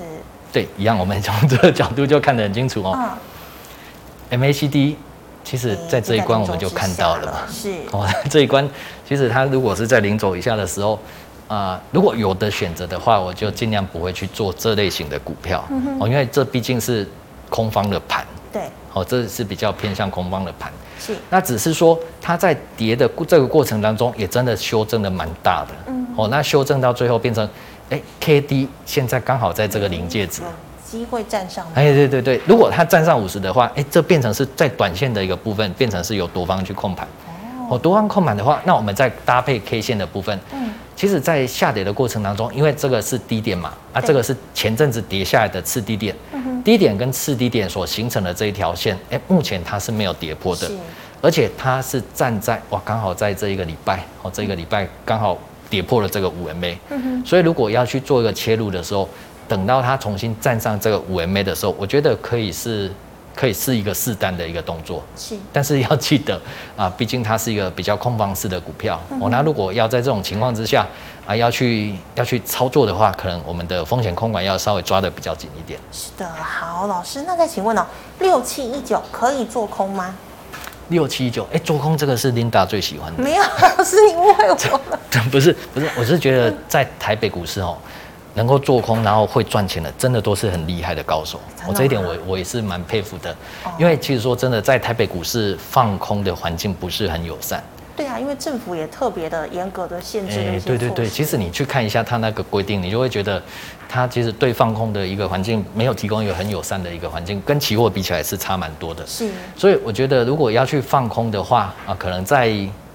[SPEAKER 2] 对，一样，我们从这个角度就看得很清楚哦。
[SPEAKER 1] 嗯，
[SPEAKER 2] MACD 其实
[SPEAKER 1] 哎
[SPEAKER 2] 在这一关我们就
[SPEAKER 1] 中之
[SPEAKER 2] 看到
[SPEAKER 1] 下
[SPEAKER 2] 了嘛，
[SPEAKER 1] 是，
[SPEAKER 2] 哦， 这一关其实它如果是在零走以下的时候，啊、如果有的选择的话，我就尽量不会去做这类型的股票，哦，因为这毕竟是空方的盘，
[SPEAKER 1] 对，
[SPEAKER 2] 哦，这是比较偏向空方的盘。
[SPEAKER 1] 是，
[SPEAKER 2] 那只是说它在跌的过这个过程当中，也真的修正的蛮大的。嗯，哦，那修正到最后变成，哎、k d 现在刚好在这个临界值
[SPEAKER 1] 有。机会站上吗
[SPEAKER 2] 哎，对对对，如果它站上五十的话，哎，这变成是在短线的一个部分，变成是由多方去控盘。哦，多方控盘的话，那我们再搭配 K 线的部分，嗯，其实，在下跌的过程当中，因为这个是低点嘛，啊，
[SPEAKER 1] 对
[SPEAKER 2] 这个是前阵子跌下来的次低点，低点跟次低点所形成的这一条线，哎，目前它是没有跌破的
[SPEAKER 1] 是，
[SPEAKER 2] 而且它是站在哇，刚好在这一个礼拜，哦，这一个礼拜刚好跌破了这个五 MA，、所以
[SPEAKER 1] 嗯
[SPEAKER 2] 如果要去做一个切入的时候，等到它重新站上这个五 MA 的时候，我觉得可以是可以是一个适当的一个动作。
[SPEAKER 1] 是，
[SPEAKER 2] 但是要记得啊，毕竟它是一个比较空方式的股票、哦。那如果要在这种情况之下啊，要去要去操作的话，可能我们的风险控管要稍微抓得比较紧一点。
[SPEAKER 1] 是的，好，老师，那再请问哦，六七一九可以做空吗？
[SPEAKER 2] 六七九，哎，做空这个是 Linda 最喜欢的，
[SPEAKER 1] 没有， 是因为我了，
[SPEAKER 2] 不是不是，我是觉得在台北股市哦，能够做空然后会赚钱的，真的都是很厉害的高手。
[SPEAKER 1] 真的
[SPEAKER 2] 我、
[SPEAKER 1] 吗哦
[SPEAKER 2] 这一点我我也是蛮佩服的，因为其实说真的，在台北股市放空的环境不是很友善。
[SPEAKER 1] 对啊，因为政府也特别的严格的限制了
[SPEAKER 2] 诶
[SPEAKER 1] 一些
[SPEAKER 2] 哎对对
[SPEAKER 1] 措
[SPEAKER 2] 对，
[SPEAKER 1] 施
[SPEAKER 2] 其实你去看一下它那个规定，你就会觉得它其实对放空的一个环境没有提供一个很友善的一个环境，跟期货比起来是差蛮多的。
[SPEAKER 1] 是
[SPEAKER 2] 所以我觉得如果要去放空的话啊，可能在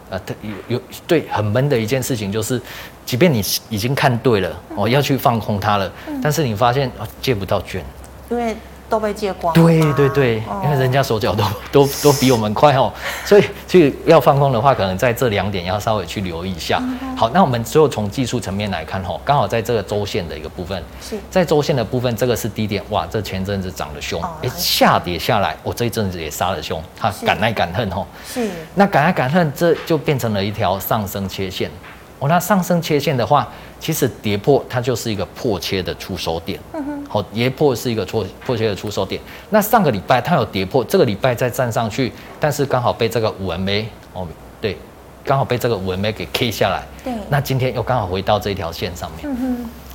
[SPEAKER 2] 呃特有有对很闷的一件事情就是，即便你已经看对了，哦要去放空它了，但是你发现、哦、借不到券，
[SPEAKER 1] 因为都被借光了
[SPEAKER 2] 对
[SPEAKER 1] 嘛
[SPEAKER 2] 对对，
[SPEAKER 1] 哦
[SPEAKER 2] 因为人家手脚都 都都比我们快哦，所以去要放空的话，可能在这两点要稍微去留意一下。好，那我们最后从技术层面来看哦，刚好在这个周线的一个部分，
[SPEAKER 1] 哦是
[SPEAKER 2] 在周线的部分，这个是低点，哇，这前阵子涨得凶，
[SPEAKER 1] 哦
[SPEAKER 2] 哎、下跌下来，我、这一阵子也杀得凶，它
[SPEAKER 1] 是
[SPEAKER 2] 敢爱敢恨哦。
[SPEAKER 1] 是
[SPEAKER 2] 那敢爱敢恨，这就变成了一条上升切线。哦，那上升切线的话，其实跌破它就是一个破切的出手点。
[SPEAKER 1] 嗯
[SPEAKER 2] 好、跌破是一个破破切的出手点。那上个礼拜它有跌破，这个礼拜再站上去，但是刚好被这个五 MA 哦，对，刚好被这个五 MA 给 K 下来。
[SPEAKER 1] 对
[SPEAKER 2] 那今天又刚好回到这条线上面。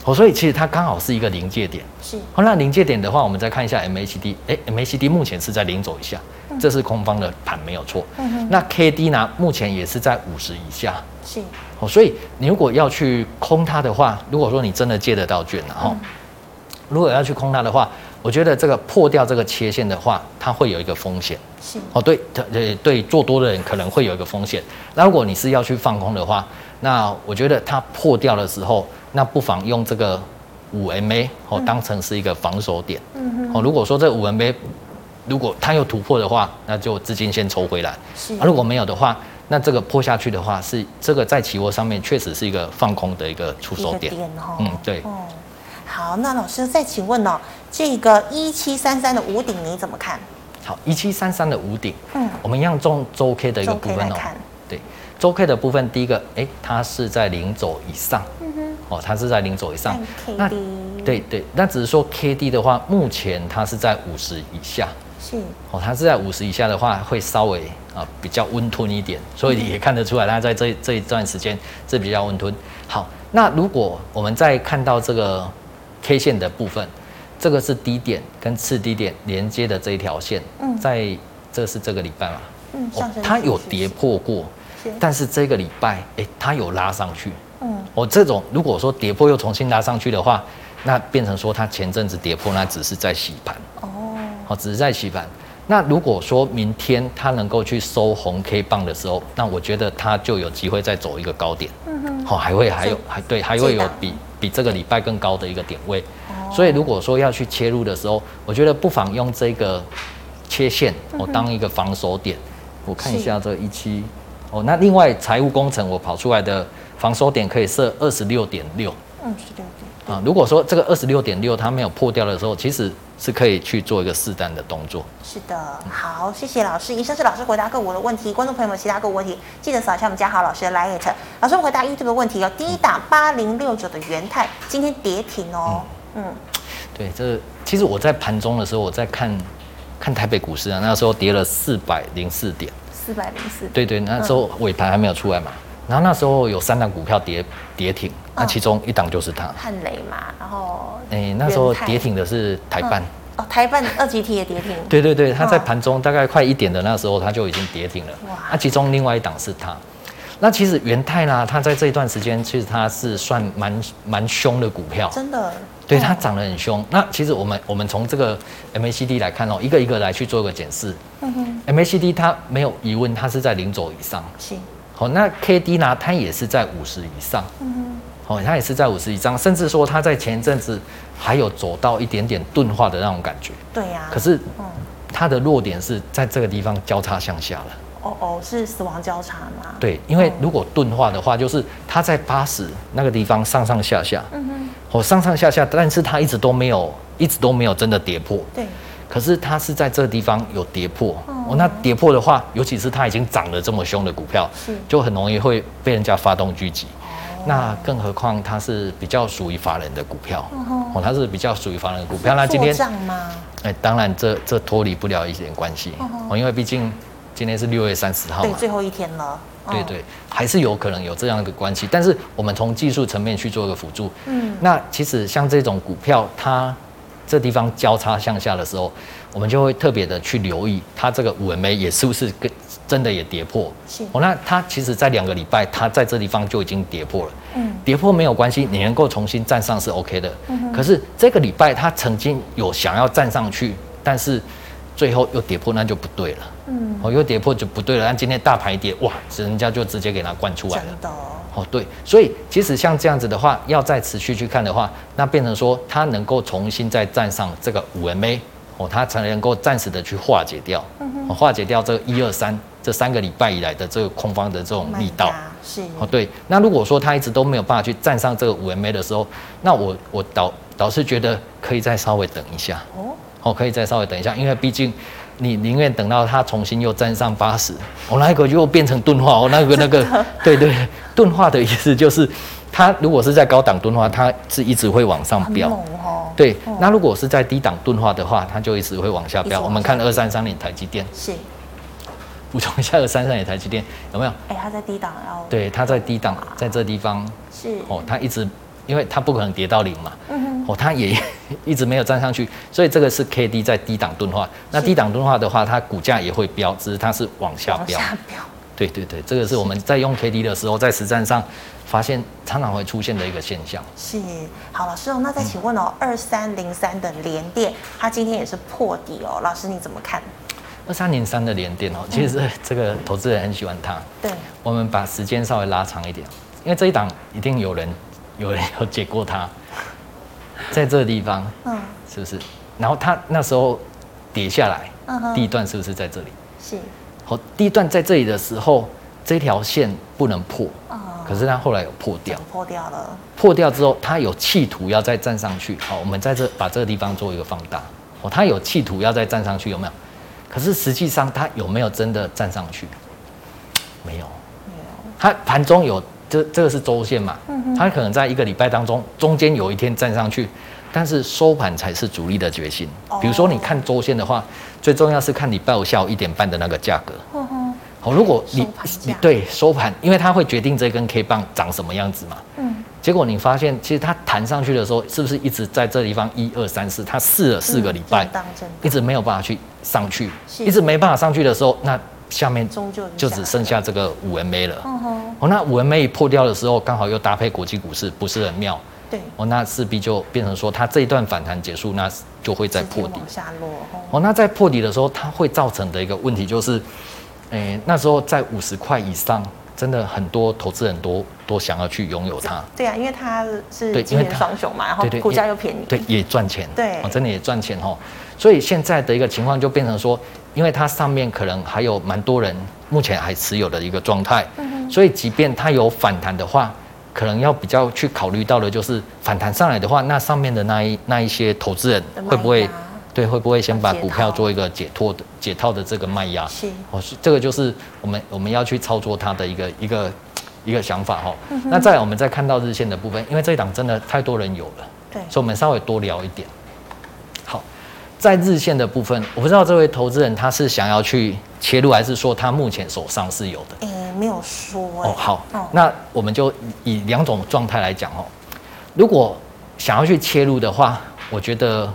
[SPEAKER 2] 哦，所以其实它刚好是一个临界点。
[SPEAKER 1] 嗯是
[SPEAKER 2] 好，那临界点的话，我们再看一下 MACD，哎、m a c d 目前是在零走以下，这是空方的盘没有错。那 KD 呢，目前也是在五十以下。
[SPEAKER 1] 是
[SPEAKER 2] 哦，所以你如果要啊去空它的话，如果说你真的借得到券然后如果要去空它的话，我觉得这个破掉这个切线的话，它会有一个风险。
[SPEAKER 1] 是
[SPEAKER 2] 哦，对，它呃，对做多的人可能会有一个风险。那如果你是要去放空的话，那我觉得它破掉的时候，那不妨用这个五 MA 哦
[SPEAKER 1] 嗯
[SPEAKER 2] 当成是一个防守点。嗯哦，如果说这五 MA 如果它有突破的话，那就资金先抽回来。
[SPEAKER 1] 是
[SPEAKER 2] 啊，如果没有的话，那这个破下去的话，是这个在期货上面确实是一个放空的一个出
[SPEAKER 1] 一
[SPEAKER 2] 手
[SPEAKER 1] 个
[SPEAKER 2] 点。
[SPEAKER 1] 点哦。
[SPEAKER 2] 嗯对
[SPEAKER 1] 哦，好，那老师再请问哦，这个一七三三的五顶你怎么看？
[SPEAKER 2] 好，一七三三的五顶，
[SPEAKER 1] 嗯，
[SPEAKER 2] 我们一样中周 K 的一个部分
[SPEAKER 1] 周 K 来
[SPEAKER 2] 哦
[SPEAKER 1] 看。
[SPEAKER 2] 对，周 K 的部分，第一个，哎、它是在零轴以上，嗯哼，哦，它是在零轴以上。
[SPEAKER 1] 看
[SPEAKER 2] 那
[SPEAKER 1] KD
[SPEAKER 2] 对对，那只是说 K D 的话，目前它是在五十以下，
[SPEAKER 1] 是
[SPEAKER 2] 哦，它是在五十以下的话，会稍微啊、比较温吞一点，所
[SPEAKER 1] 嗯
[SPEAKER 2] 以也看得出来，它在这这一段时间是比较温吞。好，那如果我们再看到这个 K 线的部分，这个是低点跟次低点连接的这一条线，
[SPEAKER 1] 嗯
[SPEAKER 2] 在这是这个礼拜嘛，
[SPEAKER 1] 嗯
[SPEAKER 2] 哦
[SPEAKER 1] 上升，
[SPEAKER 2] 它有
[SPEAKER 1] 趋势
[SPEAKER 2] 跌破过
[SPEAKER 1] 是，
[SPEAKER 2] 但是这个礼拜，哎、它有拉上去。
[SPEAKER 1] 嗯
[SPEAKER 2] 哦，这种如果说跌破又重新拉上去的话，那变成说它前阵子跌破，那只是在洗盘。
[SPEAKER 1] 哦
[SPEAKER 2] 好，只是在洗盘。那如果说明天它能够去收红 K 棒的时候，那我觉得它就有机会再走一个高点，
[SPEAKER 1] 嗯哼
[SPEAKER 2] 好、还会还有
[SPEAKER 1] 这
[SPEAKER 2] 还对，还会
[SPEAKER 1] 这
[SPEAKER 2] 有
[SPEAKER 1] 档
[SPEAKER 2] 比比这个礼拜更高的一个点位。所以如果说要去切入的时候，我觉得不妨用这个切线哦当一个防守点。我看一下这一期哦，那另外财务工程我跑出来的防守点可以设二十六点六。
[SPEAKER 1] 嗯十六点
[SPEAKER 2] 啊，如果说这个二十六点六它没有破掉的时候，其实是可以去做一个适当的动作。
[SPEAKER 1] 是的，好，谢谢老师。以上是老师回答各我的问题，观众朋友们有其他各我问题，记得扫一下我们嘉豪老师的 l i t 老师，我们回答 YouTube 的问题哦。第一档八零六九的元泰今天跌停哦，嗯，
[SPEAKER 2] 对，这其实我在盘中的时候，我在看看台北股市啊，那时候跌了四百零四点。
[SPEAKER 1] 四百零四，
[SPEAKER 2] 对对，
[SPEAKER 1] 嗯
[SPEAKER 2] 那时候尾盘还没有出来嘛。然后那时候有三档股票跌跌停，
[SPEAKER 1] 嗯
[SPEAKER 2] 那其中一档就是它。
[SPEAKER 1] 汉雷嘛，然后
[SPEAKER 2] 诶，哎那时候
[SPEAKER 1] 元泰
[SPEAKER 2] 跌停的是台办。
[SPEAKER 1] 哦，台办二级体也跌停，
[SPEAKER 2] 对对对，它在
[SPEAKER 1] 嗯
[SPEAKER 2] 盘中大概快一点的那时候，它就已经跌停了。
[SPEAKER 1] 哇
[SPEAKER 2] 那、其中另外一档是它。那其实元泰啦，它在这一段时间其实它是算蛮蛮凶的股票，
[SPEAKER 1] 真的，
[SPEAKER 2] 对，
[SPEAKER 1] 嗯
[SPEAKER 2] 它涨得很凶。那其实我们我们从这个 MACD 来看哦，一个一个来去做个检视。MACD
[SPEAKER 1] 嗯
[SPEAKER 2] 它没有疑问，它是在零轴以上。
[SPEAKER 1] 是，
[SPEAKER 2] 好、那 KD 呢，它也是在五十以上。
[SPEAKER 1] 嗯
[SPEAKER 2] 哦，它也是在五十以上，甚至说它在前一阵子还有走到一点点钝化的那种感觉。
[SPEAKER 1] 哼，对呀、
[SPEAKER 2] 可是
[SPEAKER 1] 嗯，
[SPEAKER 2] 它的弱点是在这个地方交叉向下了。
[SPEAKER 1] 哦哦，是死亡交叉嘛？，
[SPEAKER 2] 对，因为如果钝化的话，就是它在八十那个地方上上下下，
[SPEAKER 1] 嗯哼，
[SPEAKER 2] 哦，上上下下，但是它一直都没有，一直都没有真的跌破。
[SPEAKER 1] 对，
[SPEAKER 2] 可是它是在这个地方有跌破，哦，那跌破的话，尤其是它已经涨得这么凶的股票
[SPEAKER 1] 是，哦
[SPEAKER 2] 就很容易会被人家发动狙击。那更何况它是比较属于法人的股票，
[SPEAKER 1] 嗯
[SPEAKER 2] 哦，它是比较属于法人的股票。那今天
[SPEAKER 1] 做账吗？
[SPEAKER 2] 哎、当然这这脱离不了一点关系哦，因为毕竟今天是六月三十
[SPEAKER 1] 嗯
[SPEAKER 2] 号
[SPEAKER 1] 对，
[SPEAKER 2] 嘛，
[SPEAKER 1] 最后一天了，嗯
[SPEAKER 2] 对，对，还是有可能有这样的关系。但是我们从技术层面去做一个辅助，
[SPEAKER 1] 嗯，
[SPEAKER 2] 那其实像这种股票，它这地方交叉向下的时候，我们就会特别的去留意它这个五 MA 也是不是跟真的也跌破。
[SPEAKER 1] 是
[SPEAKER 2] 哦，那它其实在两个礼拜，它在这地方就已经跌破了。
[SPEAKER 1] 嗯，
[SPEAKER 2] 跌破没有关系，你能够重新站上是 OK 的。可是这个礼拜它曾经有想要站上去，但是最后又跌破，那就不对了。
[SPEAKER 1] 嗯，
[SPEAKER 2] 哦，又跌破就不对了。但今天大盘一跌，哇，人家就直接给它灌出来了。
[SPEAKER 1] 真的哦，
[SPEAKER 2] 哦，对，所以其实像这样子的话，要再持续去看的话，那变成说它能够重新再站上这个五 MA，哦，它才能够暂时的去化解掉，哦、化解掉这一二三这三个礼拜以来的这个空方的这种力道。
[SPEAKER 1] 卖压是，
[SPEAKER 2] 哦，对，那如果说它一直都没有办法去站上这个五 MA 的时候，那我我倒倒是觉得可以再稍微等一下。
[SPEAKER 1] 哦，
[SPEAKER 2] 哦，可以再稍微等一下，因为毕竟你宁愿等到它重新又站上八十，哦，那个又变成钝化，哦，那个那个，对对，钝化的意思就是，它如果是在高档钝化，它是一直会往上
[SPEAKER 1] 很
[SPEAKER 2] 飙
[SPEAKER 1] 猛。哦，
[SPEAKER 2] 对，那如果是在低档钝化的话，它就一直会往下
[SPEAKER 1] 一直
[SPEAKER 2] 飙。
[SPEAKER 1] 往
[SPEAKER 2] 我们看二三三零台积电，
[SPEAKER 1] 是，
[SPEAKER 2] 补充一下二三三零台积电有没有？
[SPEAKER 1] 哎、它在低档，然后，
[SPEAKER 2] 对，它在低档，在这地方
[SPEAKER 1] 是，
[SPEAKER 2] 哦，它一直，因为它不可能跌到零嘛，
[SPEAKER 1] 嗯哼，
[SPEAKER 2] 哦，它也 一直没有站上去，所以这个是 K D 在低档钝化。那低档钝化的话，它股价也会飙，只是它是往下
[SPEAKER 1] 往
[SPEAKER 2] 飙。
[SPEAKER 1] 下标，
[SPEAKER 2] 对对对，这个是我们在用 KD 的时候，在实战上发现常常会出现的一个现象。
[SPEAKER 1] 是，好，老师哦，那
[SPEAKER 2] 嗯
[SPEAKER 1] 再请问哦，二三零三的联电，它今天也是破底哦，老师你怎么看？
[SPEAKER 2] 二三零三的连电哦，其实 这个投资人很喜欢它。
[SPEAKER 1] 对，
[SPEAKER 2] 我们把时间稍微拉长一点，因为这一档一定有人有人 有解过它，在这个地方
[SPEAKER 1] 嗯，
[SPEAKER 2] 是不是？然后它那时候跌下
[SPEAKER 1] 嗯
[SPEAKER 2] 来，
[SPEAKER 1] 哼
[SPEAKER 2] 第一段是不是在这里？
[SPEAKER 1] 是，
[SPEAKER 2] 好，第一段在这里的时候，这条线不能破，
[SPEAKER 1] 哦，
[SPEAKER 2] 可是它后来有破掉。
[SPEAKER 1] 破掉了，
[SPEAKER 2] 破掉之后，它有企图要再站上去。好，我们在这把这个地方做一个放大。哦，它有企图要再站上去，有没有？可是实际上它有没有真的站上去？没有。它盘中有这这个是周线嘛？它可能在一个礼拜当中，中间有一天站上去，但是收盘才是主力的决心
[SPEAKER 1] 哦。
[SPEAKER 2] 比如说你看周线的话，最重要是看礼拜五下午一点半的那个价格。
[SPEAKER 1] 哼嗯哼，
[SPEAKER 2] 好，如果
[SPEAKER 1] 收
[SPEAKER 2] 你
[SPEAKER 1] 盘价
[SPEAKER 2] 你对收盘，因为它会决定这根 K 棒长什么样子嘛。
[SPEAKER 1] 嗯，
[SPEAKER 2] 结果你发现，其实它弹上去的时候，是不是一直在这地方一二三四？它试了四个礼拜
[SPEAKER 1] 震，荡震荡
[SPEAKER 2] 一直没有办法去上去，
[SPEAKER 1] 嗯是
[SPEAKER 2] 一直没办法上去的时候，那下面
[SPEAKER 1] 终究
[SPEAKER 2] 就只剩下这个五 MA 了。
[SPEAKER 1] 嗯哼，
[SPEAKER 2] 哦，那五 MA 一破掉的时候，刚好又搭配国际股市，不是很妙。
[SPEAKER 1] 对，
[SPEAKER 2] 哦，那势必就变成说，它这一段反弹结束，那就会再
[SPEAKER 1] 直接
[SPEAKER 2] 破底。
[SPEAKER 1] 往下落，哦，
[SPEAKER 2] 哦，那在破底的时候，它会造成的一个问题就是，诶、那时候在五十块以上，真的很多投资人都都想要去拥有它。
[SPEAKER 1] 对啊，因为它是
[SPEAKER 2] 对
[SPEAKER 1] 今
[SPEAKER 2] 因为
[SPEAKER 1] 年
[SPEAKER 2] 它
[SPEAKER 1] 双雄嘛，然后
[SPEAKER 2] 对对
[SPEAKER 1] 股价
[SPEAKER 2] 也
[SPEAKER 1] 又便宜，
[SPEAKER 2] 对，也赚钱，
[SPEAKER 1] 对
[SPEAKER 2] 哦，真的也赚钱哦。所以现在的一个情况就变成说，因为它上面可能还有蛮多人目前还持有的一个状态，
[SPEAKER 1] 嗯
[SPEAKER 2] 所以即便它有反弹的话，可能要比较去考虑到的就是反弹上来的话，那上面的那一那一些投资人
[SPEAKER 1] 的卖
[SPEAKER 2] 会不会
[SPEAKER 1] 压
[SPEAKER 2] 对会不会先把
[SPEAKER 1] 解
[SPEAKER 2] 股票
[SPEAKER 1] 套
[SPEAKER 2] 做一个解脱的解套的这个卖压？
[SPEAKER 1] 是
[SPEAKER 2] 哦，是这个就是我们我们要去操作它的一个一个一个想法哈、哦。那再来我们再看到日线的部分，因为这一档真的太多人有了。
[SPEAKER 1] 对，
[SPEAKER 2] 所以我们稍微多聊一点。好，在日线的部分，我不知道这位投资人他是想要去切入，还是说他目前手上是有的？
[SPEAKER 1] 哎，没有说，
[SPEAKER 2] 哦，
[SPEAKER 1] 哎，
[SPEAKER 2] 好
[SPEAKER 1] 哦，
[SPEAKER 2] 那我们就以以两种状态来讲哦。如果想要去切入的话，我觉得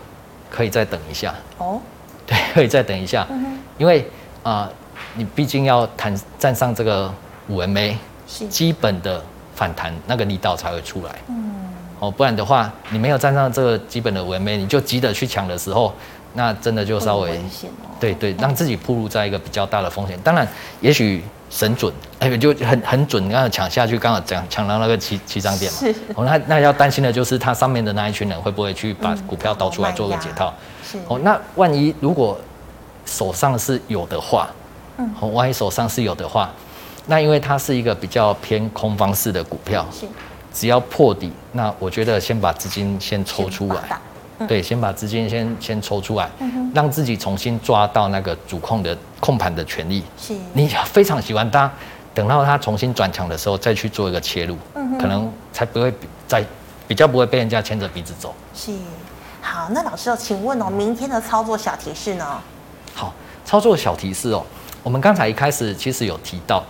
[SPEAKER 2] 可以再等一下，
[SPEAKER 1] 哦，
[SPEAKER 2] 对，可以再等一下，
[SPEAKER 1] 嗯
[SPEAKER 2] 因为啊、呃你毕竟要谈站上这个五 MA，
[SPEAKER 1] 是，
[SPEAKER 2] 基本的反弹那个力道才会出来。
[SPEAKER 1] 嗯
[SPEAKER 2] 哦，不然的话，你没有站上这个基本的尾妹，你就急着去抢的时候，那真的就稍
[SPEAKER 1] 会
[SPEAKER 2] 微
[SPEAKER 1] 有危险哦，
[SPEAKER 2] 对对，让自己暴露在一个比较大的风险。当然，也许神准， 哎，就很很准，刚好抢下去，刚好抢抢到那个起起涨点嘛
[SPEAKER 1] 是。
[SPEAKER 2] 哦，那那要担心的就是它上面的那一群人会不会去把
[SPEAKER 1] 嗯
[SPEAKER 2] 股票倒出来
[SPEAKER 1] 卖
[SPEAKER 2] 做个
[SPEAKER 1] 压
[SPEAKER 2] 解套？
[SPEAKER 1] 是，
[SPEAKER 2] 哦，那万一如果手上是有的话，
[SPEAKER 1] 嗯
[SPEAKER 2] 哦，万一手上是有的话，那因为它是一个比较偏空方式的股票，
[SPEAKER 1] 是，
[SPEAKER 2] 只要破底，那我觉得先把资金先抽出
[SPEAKER 1] 先把嗯
[SPEAKER 2] 来，对，先把资金先先抽出来，让自己重新抓到那个主控的控盘的权利。
[SPEAKER 1] 是，
[SPEAKER 2] 你非常喜欢它，等到它重新转强的时候再去做一个切入，
[SPEAKER 1] 嗯
[SPEAKER 2] 可能才不会比再比较不会被人家牵着鼻子走。
[SPEAKER 1] 是，好，那老师哦，请问哦，明天的操作小提示呢？
[SPEAKER 2] 好，操作小提示哦，我们刚才一开始其实有提到，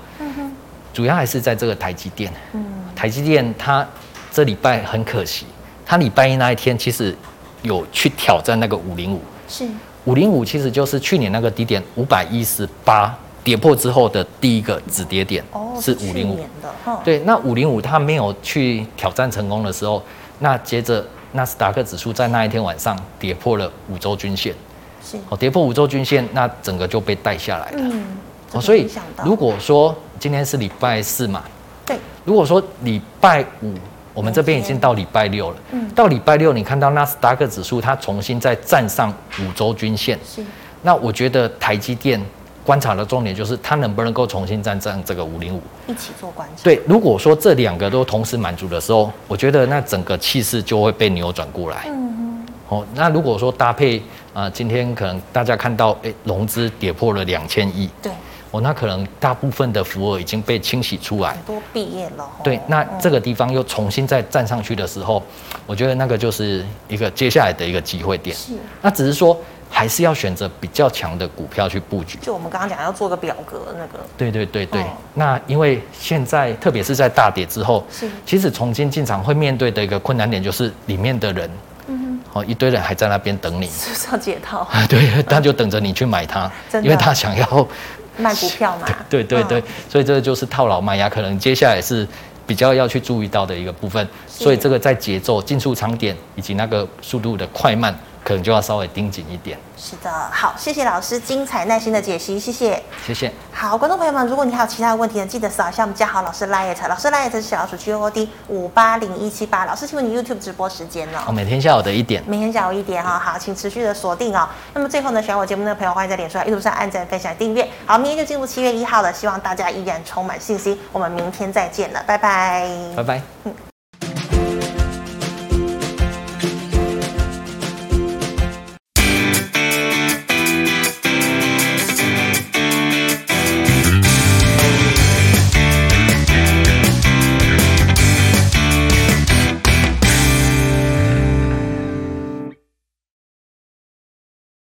[SPEAKER 2] 主要还是在这个台积电。
[SPEAKER 1] 嗯
[SPEAKER 2] 台积电它这礼拜很可惜，它礼拜一那一天其实有去挑战那个五零五，
[SPEAKER 1] 是，
[SPEAKER 2] 五零五其实就是去年那个低点五百一十八跌破之后的第一个止跌点，
[SPEAKER 1] 哦，
[SPEAKER 2] 是
[SPEAKER 1] 去
[SPEAKER 2] 五零五
[SPEAKER 1] 年。的，哈，
[SPEAKER 2] 对，那五零五它没有去挑战成功的时候，那接着纳斯达克指数在那一天晚上跌破了五周均线。
[SPEAKER 1] 是，
[SPEAKER 2] 哦，跌破五周均线，那整个就被带下来了。
[SPEAKER 1] 嗯，这
[SPEAKER 2] 哦，
[SPEAKER 1] 个
[SPEAKER 2] 所以
[SPEAKER 1] 没想到
[SPEAKER 2] 如果说今天是礼拜四嘛，
[SPEAKER 1] 对，
[SPEAKER 2] 如果说礼拜五，我们这边已经到礼拜六了，
[SPEAKER 1] 嗯
[SPEAKER 2] 到礼拜六你看到纳斯达克指数它重新再站上五周均线，
[SPEAKER 1] 是，
[SPEAKER 2] 那我觉得台积电观察的重点就是它能不能够重新站上这个五零五。
[SPEAKER 1] 一起做观察，
[SPEAKER 2] 对，如果说这两个都同时满足的时候，我觉得那整个气势就会被扭转过来。
[SPEAKER 1] 嗯
[SPEAKER 2] 哦，那如果说搭配啊、呃今天可能大家看到，诶，融资跌破了两千亿，
[SPEAKER 1] 对，
[SPEAKER 2] 哦，那可能大部分的浮额已经被清洗出来
[SPEAKER 1] 很。多毕业了，哦嗯吼
[SPEAKER 2] 对，那这个地方又重新再站上去的时候，我觉得那个就是一个接下来的一个机会点。
[SPEAKER 1] 是，
[SPEAKER 2] 那只是说，还是要选择比较强的股票去布局。
[SPEAKER 1] 就我们刚刚讲要做个表格那个，
[SPEAKER 2] 对对对对，
[SPEAKER 1] 哦
[SPEAKER 2] 那因为现在特别是在大跌之后
[SPEAKER 1] 是，
[SPEAKER 2] 其实重新进场会面对的一个困难点就是里面的人，嗯，哦，一堆人还在 那边等你，
[SPEAKER 1] 是不是要解套？
[SPEAKER 2] 对，他就等着你去买它
[SPEAKER 1] 真，的
[SPEAKER 2] 因为他想要
[SPEAKER 1] 卖股票嘛。嗯
[SPEAKER 2] 对对对，所以这个就是套牢卖压，可能接下来是比较要去注意到的一个部分。所以这个在节奏、进出场点以及那个速度的快慢，可能就要稍微盯紧一点。
[SPEAKER 1] 是的，好，谢谢老师精彩耐心的解析，谢谢。
[SPEAKER 2] 谢谢。
[SPEAKER 1] 好，观众朋友们，如果你还有其他的问题呢，记得扫一下我们嘉豪老师 Light，老师 Light 是小老鼠 G O O D 五八零一七八。老师，请问你 YouTube 直播时间哦？
[SPEAKER 2] 哦，每天下午的一点，
[SPEAKER 1] 每天下午一点哈、好，请持续的锁定哦。那么最后呢，喜欢我节目的朋友，欢迎在脸书、YouTube 上按赞、分享、订阅。好，明天就进入七月一号了，希望大家依然充满信心。我们明天再见了，拜拜。
[SPEAKER 2] 拜拜。
[SPEAKER 1] 嗯，